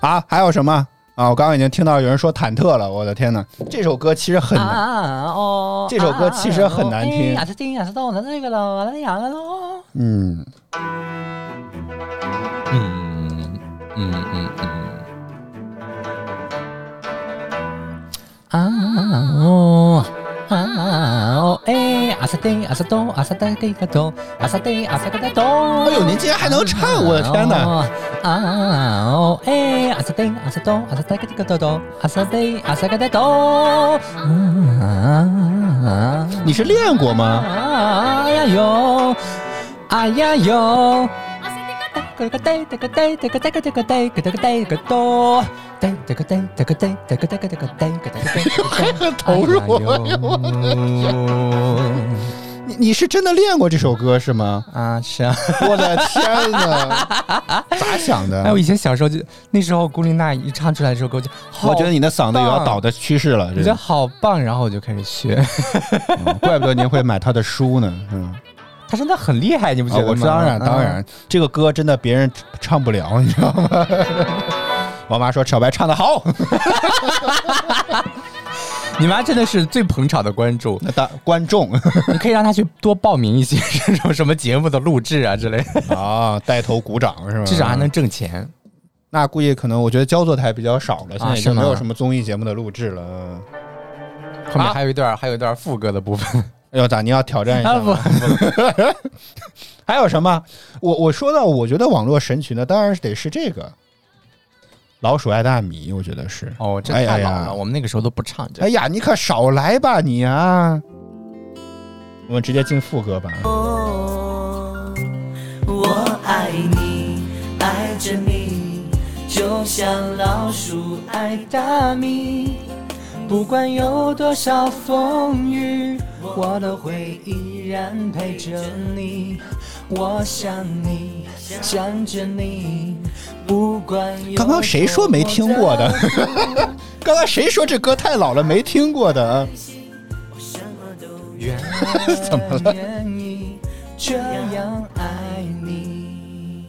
啊，还有什么啊？我刚刚已经听到有人说忐忑了，我的天哪！这首歌其实很难，啊哦，这首歌其实很难听哎呀，这听呀，是动的那个了，完了呀了哦喽。嗯，嗯嗯嗯嗯。啊哦啊哦哎，啊是得阿萨东阿萨得得个东阿萨得阿萨个得东。哎呦您竟然还能唱我的天哪哦！啊哦哎阿萨得阿萨东阿萨得个这个哆哆阿萨得阿萨个得东。啊你是练过吗？啊呀哟，啊呀 (laughs) 哟。个个呆，个个呆，个个呆，个个呆，个个呆，个多，呆，个个呆，个个呆，个个呆，个个呆，个个呆，很投入。你你是真的练过这首歌是吗？啊，是啊。我的天哪， (laughs) 咋想的？哎，我以前小时候就那时候古力娜一唱出来这首歌，我就我觉得你的嗓子有要倒的，的趋势了，我这觉得好棒，然后我就开始学。怪不得您会买他的书呢。嗯， (laughs) 他真的很厉害，你不觉啊得吗？嗯啊我当然当然，这个歌真的别人唱不了，你知道吗？ (laughs) 我妈说小白唱的好，嗯，你妈真的是最捧场的观众，那大 (laughs) 观众你可以让她去多报名一些 (laughs) 这种什么节目的录制啊之类的，啊，带头鼓掌是吧？至少还能挣钱。那估计可能我觉得焦作台比较少了，现在已啊是经吗没有什么综艺节目的录制了。嗯后面还有一段，还有一段副歌的部分。哎呦，咋你要挑战一下 (laughs) 啊不吗？ (laughs) 还有什么？我我说到，我觉得网络神曲呢，当然是得是这个《老鼠爱大米》，我觉得是。哦，这哎呀太老了，呀我们那个时候都不唱这。哎呀，你可少来吧你啊！我们直接进副歌吧。我爱你，爱着你，就像老鼠爱大米。不管有多少风雨，我都会依然陪着你。我想你，想着你，不管有刚刚谁说没听过的？刚刚谁说这歌太老了没听过的啊？ (laughs) 怎么了？愿意这样爱你。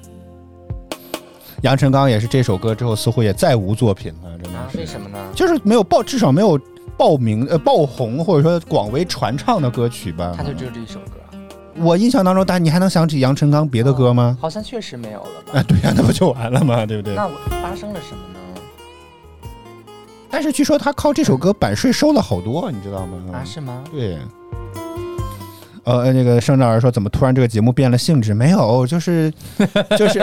杨臣刚也是这首歌之后，似乎也再无作品了，真的是。为什么呢？就是没有爆，至少没有爆名呃爆红或者说广为传唱的歌曲吧。有这一首歌，我印象当中，但你还能想起杨臣刚别的歌吗？好像确实没有了吧？啊，对呀、那不就完了吗？对不嗯对？我发生了什么呢？但是据说他靠这首歌版税收了好多，你知道吗？啊，是吗？对。呃，呃那个盛兆儿说，怎么突然这个节目变了性质？没有，就是就是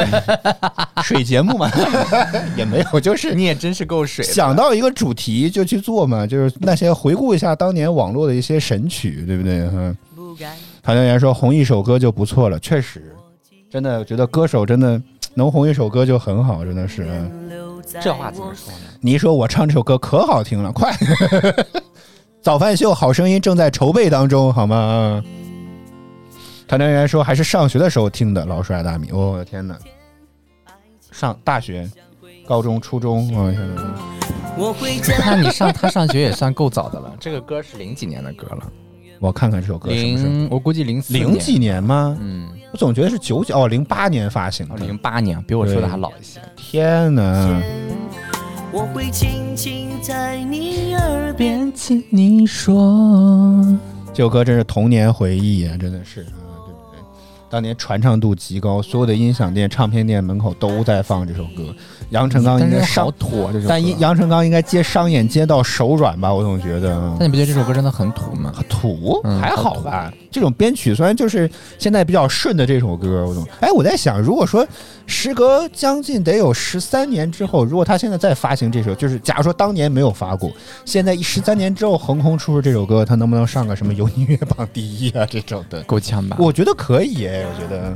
水节目嘛， (laughs) 也没有，就是你也真是够水的。想到一个主题就去做嘛，就是那些回顾一下当年网络的一些神曲，对不对？嗯。唐教员说红一首歌就不错了，确实，真的觉得歌手真的能红一首歌就很好，真的是。嗯这话怎么说呢？你一说我唱这首歌可好听了，快！ (laughs) 早饭秀好声音正在筹备当中，好吗？唐教员说还是上学的时候听的《老鼠爱大米》哦，我的天哪！上大学、高中、初中，哦我、的天哪！我会将那你上他上学也算够早的了， (laughs) 这个歌是零几年的歌了，我看看这首歌是不是零我估计零四零几，年吗？嗯，哦我总觉得是九九哦，零八年发行的。零八年，比我说的还老一些。天哪！我会轻轻在你耳边。边听你说，这首歌真是童年回忆啊，真的是啊，对不对？当年传唱度极高，所有的音响店、唱片店门口都在放这首歌。杨臣刚应但该是上好，土啊，这首歌。但杨杨臣刚应该接商演接到手软吧，我总觉得。嗯但你不觉得这首歌真的很土吗？土嗯还好好吧，这种编曲虽然就是现在比较顺的这首歌，我总哎，我在想，如果说时隔将近得有十三年之后，如果他现在再发行这首，就是假如说当年没有发过，现在十三年之后横空出世这首歌，他能不能上个什么有音乐榜第一啊这种的？够呛吧？我觉得可以哎，我觉得，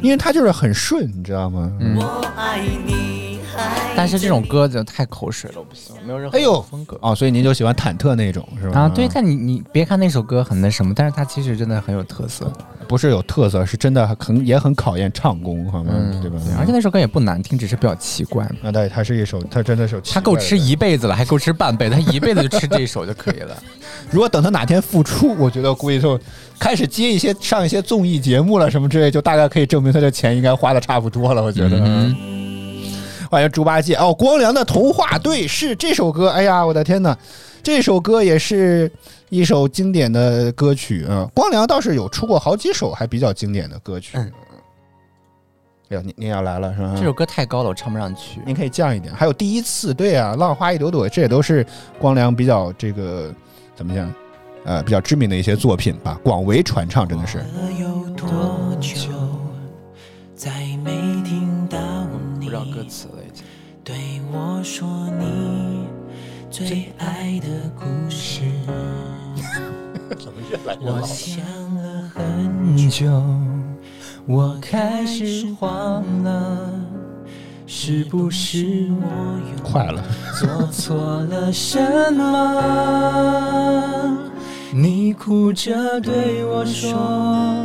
因为他就是很顺，你知道吗？嗯我爱你，爱但是这种歌就太口水了，我不喜欢，没有任何哎呦风格。哦，所以您就喜欢忐忑那种是吧？啊，对，但你你别看那首歌很那什么，但是它其实真的很有特色，不是有特色，是真的很也很考验唱功，好吗？对嗯吧？而且那首歌也不难听，只是比较奇怪。那对，它是一首，它真的是有奇他够怪的吃歌一辈子了，还够吃半辈子，他一辈子就吃这一首就可以 (laughs) 了。如果等他哪天复出，我觉得估计就开始接一些上一些综艺节目了什么之类，就大概可以证明他的钱应该花的差不多了。我觉得。嗯欢迎猪八戒哦，光良的《童话队》是这首歌。哎呀，我的天呐，这首歌也是一首经典的歌曲啊、嗯光良倒是有出过好几首还比较经典的歌曲。嗯哎呀，您您要来了是吧？这首歌太高了，我唱不上去。您可以降一点。还有第一次，对啊，浪花一朵朵，这也都是光良比较这个怎么讲，呃比较知名的一些作品吧，广为传唱，真的是。多久再没听到你？不知道歌词了已经。对我说你最爱的故事。怎么越来越老我想了很久，我开始慌了，是不是 (laughs) 我又快了？做错了什么？你哭着对我说，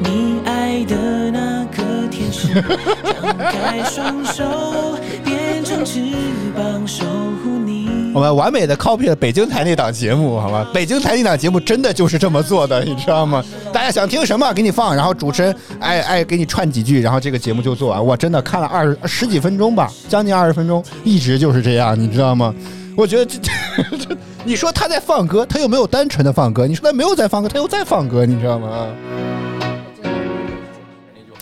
你爱的那个天使，张开双手变成翅膀守护你。我们完美的 copy 了北京台那档节目，好吗？北京台那档节目真的就是这么做的，你知道吗？大家想听什么给你放，然后主持人哎哎给你串几句，然后这个节目就做完。我真的看了二十几分钟吧，将近二十分钟，一直就是这样，你知道吗？我觉得这 (laughs) 这这，你说他在放歌，他又没有单纯的放歌；你说他没有在放歌，他又在放歌，你知道吗？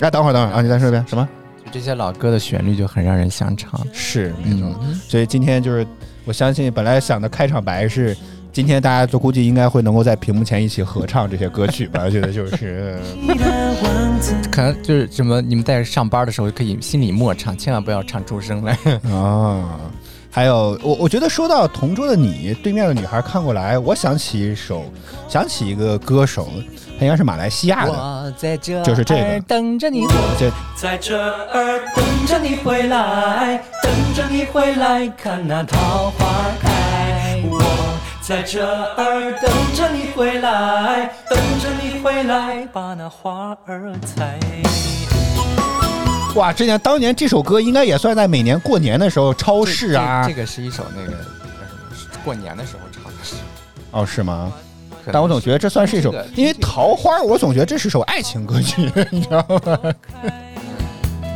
哎，等会儿等会儿啊，你再说一遍什么？这些老歌的旋律就很让人想唱，是嗯没错。所以今天就是，我相信本来想的开场白是，今天大家都估计应该会能够在屏幕前一起合唱这些歌曲吧？我觉 (laughs) 得就是，可能就是什么，你们在上班的时候可以心里默唱，千万不要唱出声来。啊。还有，我我觉得说到《同桌的你》，对面的女孩看过来，我想起一首，想起一个歌手，他应该是马来西亚的，我在这就是这个儿等着你，这在这儿等着你回来，等着你回来，看那桃花开。我在这儿等着你回来，等着你回来，把那花儿采。哇，之前当年这首歌应该也算在每年过年的时候超市啊，这这这个是一首那个叫什么？是过年的时候唱的。哦，是吗？能但我总觉得这算是一首是这个，因为桃花，我总觉得这是首爱情歌曲， (laughs) 你知道吗？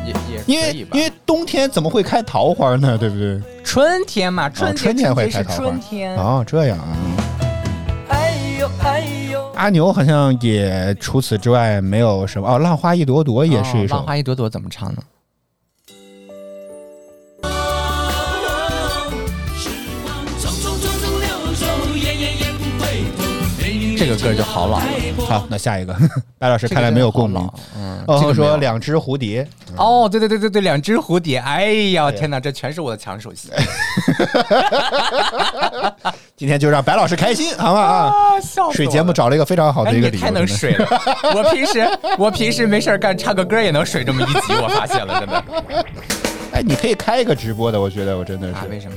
也也因为因为冬天怎么会开桃花呢？对不对？春天嘛，啊，春天会开桃花。嗯哦，这样啊。哎呦哎呦，阿牛好像也除此之外没有什么哦，《浪花一朵朵》也是一哦首浪。花一朵朵怎么唱呢？这个歌就好老了。好，那下一个， (laughs) 白老师看来没有共鸣。嗯，然这后个说没有两只蝴蝶，哦，对对对对对，两只蝴蝶，哎呀，天哪，这全是我的抢手戏。今天就让白老师开心，好吗？笑啊，死我了水节目找了一个非常好的一个哎理你由，太能真的水了。我平时 (laughs) 我平时没事儿干，唱个歌也能水这么一集，我发现了，真的。哎，你可以开一个直播的，我觉得我真的是。啊，为什么？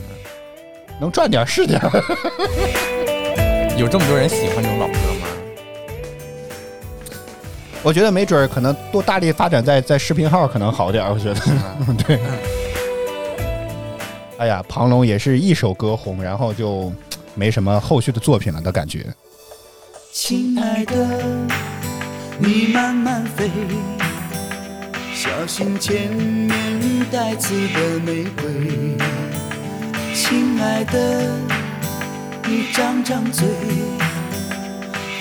能赚点是点儿。有这么多人喜欢这种老歌吗？我觉得没准儿可能多大力发展在在视频号可能好点儿，我觉嗯得。 (laughs) 对。哎呀，庞龙也是一首歌红，然后就没什么后续的作品了的感觉。亲爱的，你慢慢飞，小心前面带刺的玫瑰。亲爱的，你张张嘴，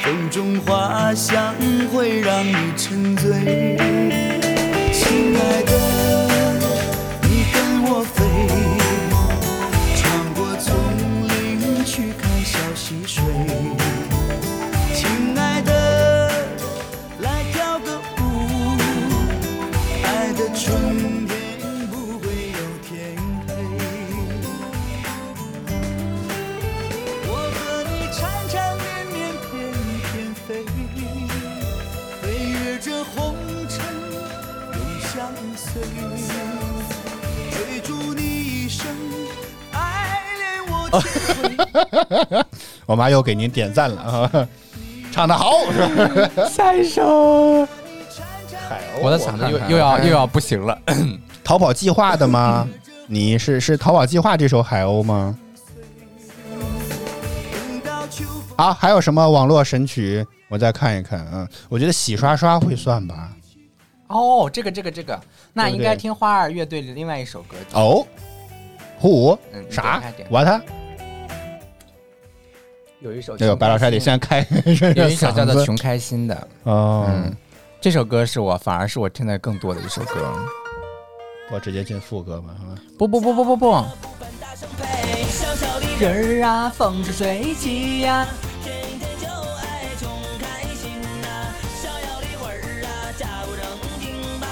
风中花香会让你沉醉。亲爱的，你跟我飞，穿过丛林去看小溪水。亲爱的，来跳个舞，爱的春天不会有天黑。我和你缠缠绵绵，翩翩飞，飞越这红尘，永相随。追逐你一生，爱恋我千回。我妈又给您点赞了啊，唱的好。是吧下一首，我的我嗓子看又看又要哎又要不行了。逃跑计划的吗？你是是逃跑计划这首海鸥吗？啊，还有什么网络神曲？我再看一看啊。我觉得洗刷刷会算吧。哦，这个这个这个，那对不应对该听花儿乐队的另外一首歌。哦，虎嗯你啥点开点？我他有一首那个白老师还得先开这有一首叫嗓做 (laughs) 子《穷开心》的。哦嗯，这首歌是我反而是我听的更多的一首歌。我直接进副歌吧，好吧？不不不不不不，小小的人儿啊，风生水起呀、天天就爱穷开心呐、逍遥的魂儿啊，假不正经吧，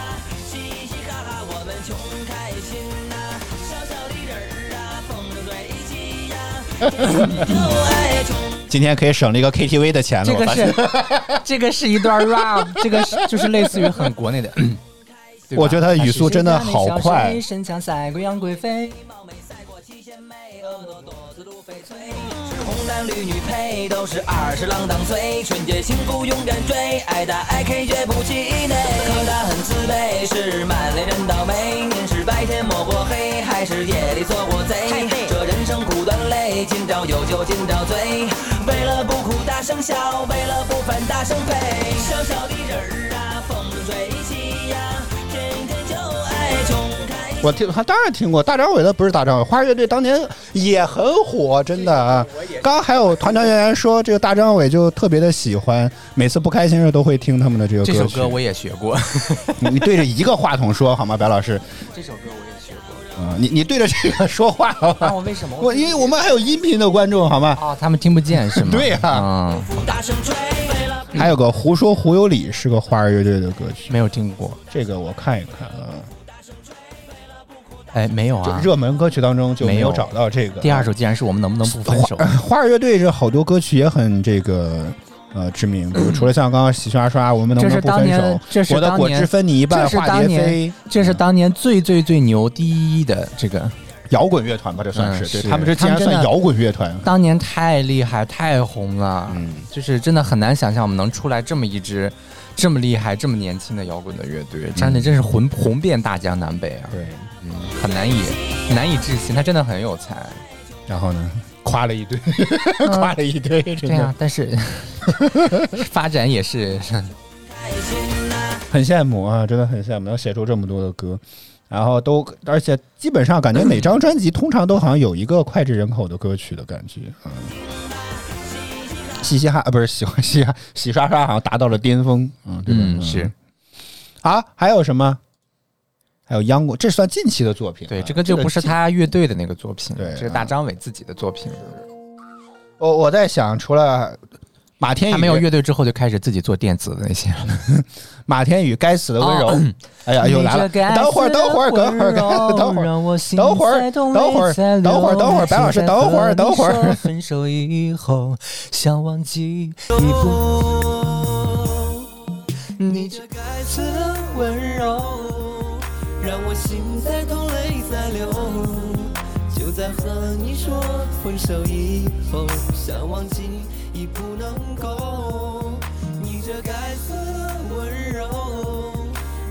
嘻嘻哈哈我们穷开心呐、小小的人儿啊，风生水起呀、天天就爱穷。今天可以省了一个 KTV 的钱了，这我个发现是。这个是一段 rap，这个是就是类似于很国 (clears throat) 内的。对吧我觉得他语速真的好快那是谁家的小水身强赛过杨贵妃。红男绿女配，都是二十郎当岁，纯洁幸福勇敢追，爱打爱 K 绝不气馁。可他很自卑，是满脸人倒霉，您是白天摸过黑，还是夜里做过贼？这人生苦短累，今朝有酒今朝醉，为了不哭大声笑，为了不烦大声呸。小小的人儿啊，风生水起呀、天天就爱穷。我听，他当然听过大张伟的，不是大张伟，花儿乐队当年也很火，真的啊。刚刚还有团团圆圆说，这个大张伟就特别的喜欢，每次不开心的时候都会听他们的这个这歌首曲。歌 (laughs) 我也学过，你你对着一个话筒说好吗，白老师？这首歌我也学过。嗯、你你对着这个说话好 (laughs) 那吗？我为什么？我因为我们还有音频的观众好吗？哦，他们听不见 (laughs) 是吗对呀、啊嗯，啊还有个《胡说胡有理》是个花儿乐队的歌曲，没有听过。这个我看一看啊，哎，没有就啊。热门歌曲当中就没有没有找到这个。第二首竟然是我们能不能不 (laughs) 分手？花儿乐队这好多歌曲也很这个呃知 (clears throat) 名，比如除了像刚刚洗刷刷，啊我们能这不是能不当分年手，？这是我的当果年汁分你一半，这是化当蝶年飞，，这是当年最最最牛第一的这个，摇滚乐团吧，这算嗯是对是他们这竟然他们真算的摇滚乐团，当年太厉害太红了，嗯，就是真的很难想象我们能出来这么一支这么厉害、这么年轻的摇滚的乐队，真的真是红红遍大江南北啊，对，嗯，很难以难以置信，他真的很有才，然后呢，夸了一堆， (laughs) 夸了一堆，真嗯对啊的，但 (laughs) 是发展也是很羡慕啊，真的很羡慕能写出这么多的歌。然后都，而且基本上感觉每张专辑通常都好像有一个脍炙人口的歌曲的感觉，嗯，嘻嘻哈啊，不是喜欢嘻哈洗刷刷，好像达到了巅峰，嗯，对吧？嗯是啊，还有什么？还有央广，这算近期的作品啊、对，这个就不是近。他乐队的那个作品，对啊这是大张伟自己的作品，我我在想，除了马天宇，他没有乐队之后就开始自己做电子的那些了。马天宇《该死的温柔》哎呀，又来了！你这该死的等会儿，等会儿，等会儿，等会儿，让我心等会儿在痛等会儿泪在流等会儿等会儿白老师现在等会儿和你等会儿说分手以后想忘记你不，你这该死的温柔，让我心在痛，泪在流。就在和你说分手以后，想忘记已不能够。你这该死的温柔，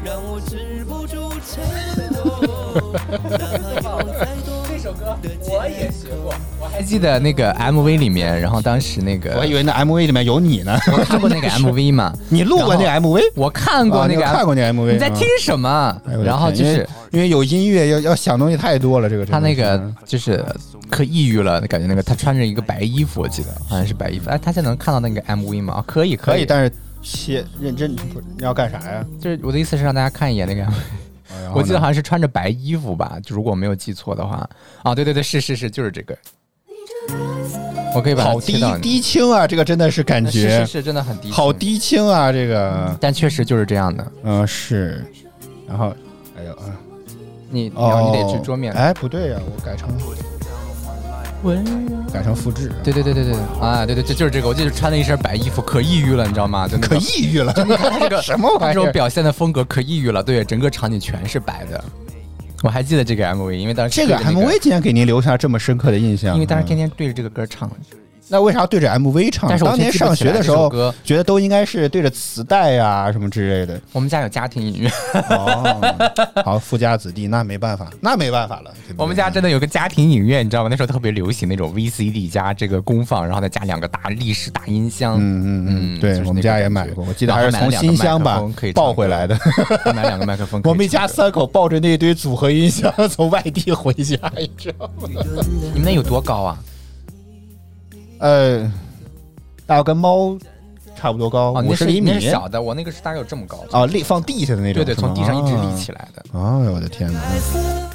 让我止不住颤 (laughs) 抖。哪怕有再多这首歌我也学过。还记得那个 MV 里面，然后当时那我还个以为那 MV 里面有你呢。我看过那个 MV 嘛，你录过那然 MV？我看过那个啊你有看过那 MV 你在听什么哎呦？然后我的就天因是为因为有音乐，要要想东西太多了。这个啊真他的那是个就是可抑郁了，感觉那个他穿着一个白衣服，我记得好像是白衣服。哎，他现在能看到那个 MV 吗？啊，可以，可以，以，但是切认真，不是你要干啥呀？就是我的意思是让大家看一眼 (laughs) 那个嗯哦然后呢我记得好像是穿着白衣服吧，就如果我没有记错的话。啊，对对对，是是是，就是这个。我可以把它好切低到你呃低清啊，这个真的啊是感是觉是是，真的很低，好，低清啊，这个但确实就是这样的。嗯是，然后哎呦啊，你你要哦，你得去桌面，哎不对呀，我改成温改成复制，对对对对对啊，对对，就就是这个，我记得穿了一身白衣服，可抑郁了，你知道吗？就那可个抑郁了，这个 (laughs) 什么他玩意这种儿？表现的风格可抑郁了，对，整个场景全是白的。我还记得这个 MV，因为当时这个对着那 MV 竟然给您留下这么深刻的印象，因为当时天嗯天对着这个歌唱，那为啥要对着 MV 唱？但是我当却年记不上起学来的这时首候歌，觉得都应该是对着磁带啊什么之 (laughs) 类的。哦我们家有家庭音乐，好，富家子弟那没办法，那没办法了。我们家真的有个家庭影院，你知道吗？那时候特别流行那种 VCD 加这个功放，然后再加两个大历史大音箱。嗯嗯嗯，对我们家也买过，我记得然还后是买了从两个新乡麦吧克风可以抱唱回歌来的。买两个麦克风可以我们一家三口抱着那一堆组合音箱从外地回家，你知 (laughs) 道吗？你们那有多高啊？呃，大概跟猫差不多高，哦，五那是十厘那米是。小的，我那个是大概有这么高。哦，立放地下的那种，对对是吗从地上一直立起来的。啊哎呦我的天哪，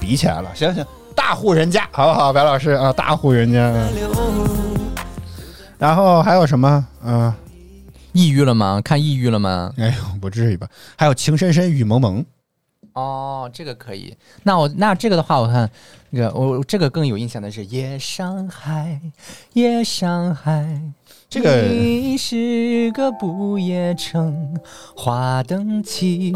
比起来了，行行，大户人家，好不好？白老师啊，大户人家。嗯然后还有什么？嗯、抑郁了吗？看抑郁了吗？哎呦，不至于吧？还有情深深雨蒙蒙，哦，这个可以。那我那这个的话，我看那个我这个更有印象的是《夜上海》，夜上海，这个你是个不夜城，花灯起。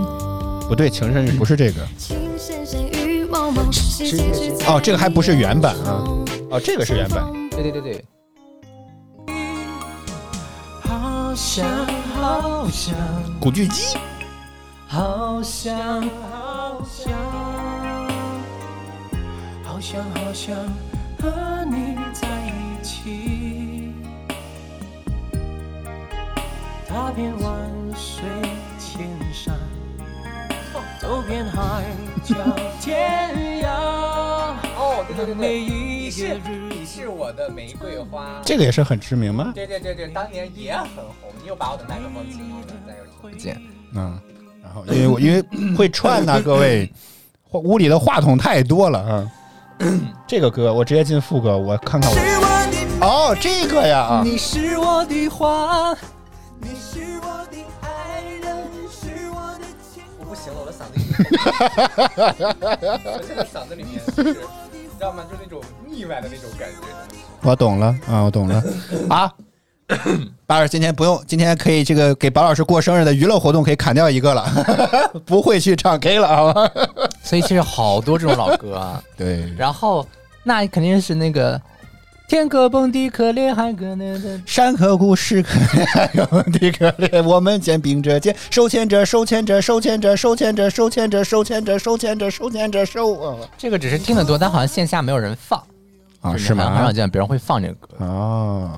不对，情深深不是这个。情深深雨蒙蒙，是情是情哦，这个还不是原版啊，哦，这个是原版。对对对对，好想好想古巨基。好想好想好想好想和你在一起，踏遍万水千山，走遍海角天涯。哦，对对对每对一个日你是我的玫瑰花这个也是很知名吗？对对对对，当年也很红。你又把我的麦克风请出来，再有不见。嗯，然后因为 (laughs) 我因为会串呐、各位，话屋里的话筒太多了 (coughs) 啊。这个歌我直接进副歌，我看看我。哦，这个呀啊，你是我的花，我不行了，我的嗓子已经， (laughs) 我现在嗓子里面就是，你知道吗？就是那种腻歪的那种感觉。我懂了啊，我懂了啊。白老师今天不用，今天可以这个给白老师过生日的娱乐活动可以砍掉一个了，不会去唱 K 了，好吧？所以其实好多这种老歌 (laughs) 啊，对，然后那肯定是那个天可崩地可裂，海可那的。山河故事可怜，可怜，我们肩并着肩，手牵着手，牵着手，牵着手，牵着手，牵着手，牵着手，牵着手，牵着手啊这个只是听得多，但好像线下没有人放啊，就是很很少吗？见别人会放这个歌。哦，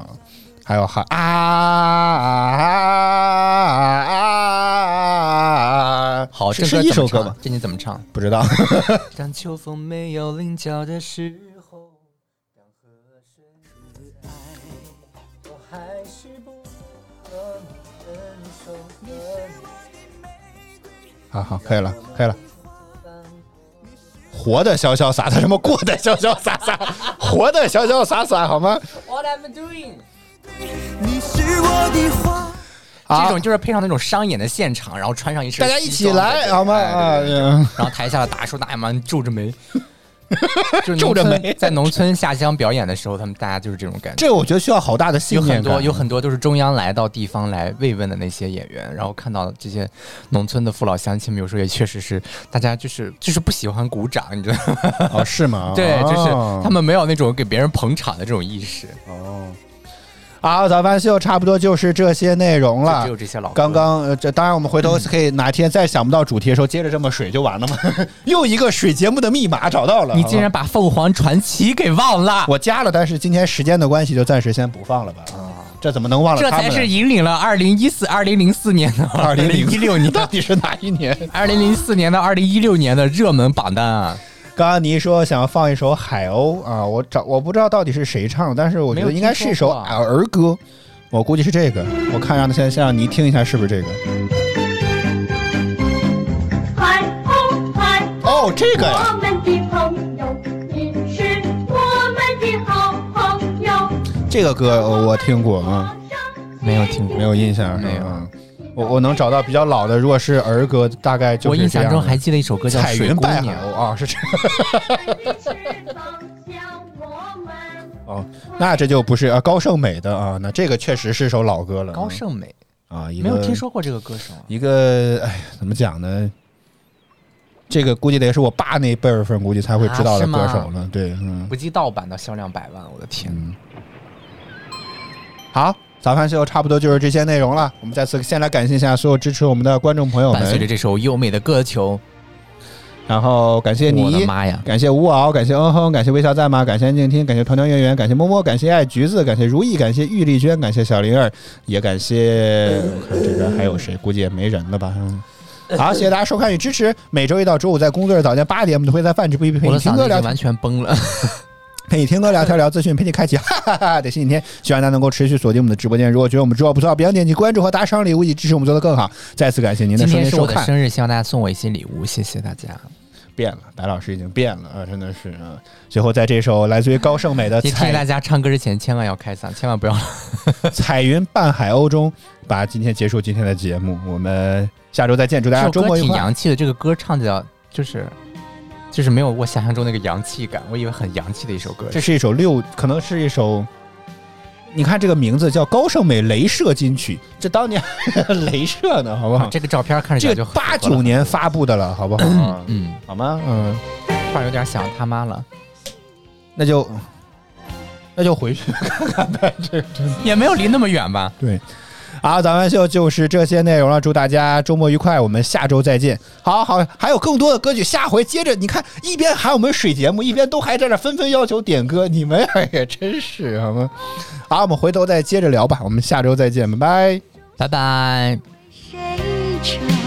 还有哈啊啊啊啊！好，是这歌是一怎么首歌唱吗？这你怎么唱？不知道。当秋风没有棱角的时候，当河水爱，我还是不能分手。好好，可以了，可以了。活的潇潇洒洒，什么过的潇潇洒 (laughs) 洒，活的潇潇洒洒，好吗？ What I'm doing？你是我的花。这种就是配上那种商演的现场，然后穿上一身大家西一起装来对好吗哎对对对啊嗯然后台下的大叔大妈皱着 (laughs) 眉，就是农皱着村眉在农村下乡表演的时候，他们大家就是这种感觉。这个我觉得需要好大的信有很念感。多有很多都是中央来到地方来慰问的那些演员，然后看到这些农村的父老乡亲们，有时候也确实是大家就是就是不喜欢鼓掌，你知道吗？？哦，是吗 (laughs) 哦对，就是他们们没有那种给别人捧场的这种意识，哦。好，早饭秀差不多就是这些内容就了只有。这些老歌刚刚呃，这当然我们回头可以哪天再想不到主题的时候，接着这么水就完了嘛。 (laughs) 又一个水节目的密码找到了，你好吧竟然把凤凰传奇给忘了，我加了，但是今天时间的关系就暂时先不放了吧。啊，这怎么能忘了这他们呢？才是引领了二零一四、二零零四年的 (laughs) 二零一零六年、到底是哪一年？ (laughs) (laughs) 二零零四年到二零一六年的热门榜单啊！刚刚你说想要放一首《海鸥》啊，我找我不知道到底是谁唱，但是我觉得应该是一首儿歌，我估计是这个。我看让他先先让你听一下是不是这个？海鸥，海哦，这个呀，我们的朋友，你是我们的好朋友。这个歌呃我听过啊，没有听过，没有印象，没有嗯。我我能找到比较老的，如果是儿歌，大概就我是印这象样中的还记得一首歌叫《彩水云姑拜海娘鸥》啊，是这样。哦，那这就不是啊，高胜美的啊，那这个确实是首老歌了。高胜美，啊，一没有个听说过这个歌手啊。一个，哎，怎么讲呢？这个估计得是我爸那辈儿份，估计才会知道啊是的吗歌手了。对，嗯，不计盗版的销量百万，我的天！嗯好，早饭秀差不多就是这些内容了。我们再次先来感谢一下所有支持我们的观众朋友伴随着们，这首优美的歌曲，然后感谢我的你，妈呀！感谢吴敖，感谢嗯哼，感谢微笑在吗？感谢安静听，感谢团团圆圆，感谢么么，感谢爱橘子，感谢如意，感谢玉丽娟，感谢小灵儿，也感谢我看这边还有谁，估计也没人了吧。嗯好，谢谢大家收看与支持。每周一到周五在工作日早间八点，我们都会在饭局不一陪我你的听嗓子歌已聊经天完，全崩了。陪你听歌聊天聊资讯，陪你开启哈哈哈哈的新一天。希望大家能够持续锁定我们的直播间。如果觉得我们直播不错，别忘点击关注和打赏礼物，以支持我们做得更好。再次感谢您的今收天听是收我的看。生日，希望大家送我一些礼物，谢谢大 (laughs) 家。变了，白老师已经变了啊，真的是啊。最后，在这首来自于高胜美的也提彩醒大家唱歌之前千万要开嗓，千万不要。彩云伴海鸥中，把今天结束今天的节目，我们下周再见， (laughs) 祝大这家首周歌末愉挺快。洋气的，这个歌唱起来就是就是没有我想象中那个洋气感，我以为很洋气的一首歌。这是一首六，可能是一首，你看这个名字叫高胜美镭射金曲，这当年 (laughs) 镭射呢，好不 (laughs) 好？啊这个照片看着这起来就个很八合九了年发布的了，好不好？嗯，好吗？嗯， (laughs) 突然有点想他妈了，那就那就回去看看呗，这真的。 (laughs) 也没有离那么远吧？对，好，咱们秀就是这些内容了，祝大家周末愉快，我们下周再见。好好，还有更多的歌曲，下回接着你看，一边喊我们水节目，一边都还在这纷纷要求点歌，你们哎呀真是好吗？好，我们回头再接着聊吧，我们下周再见，拜拜。拜拜。谁知？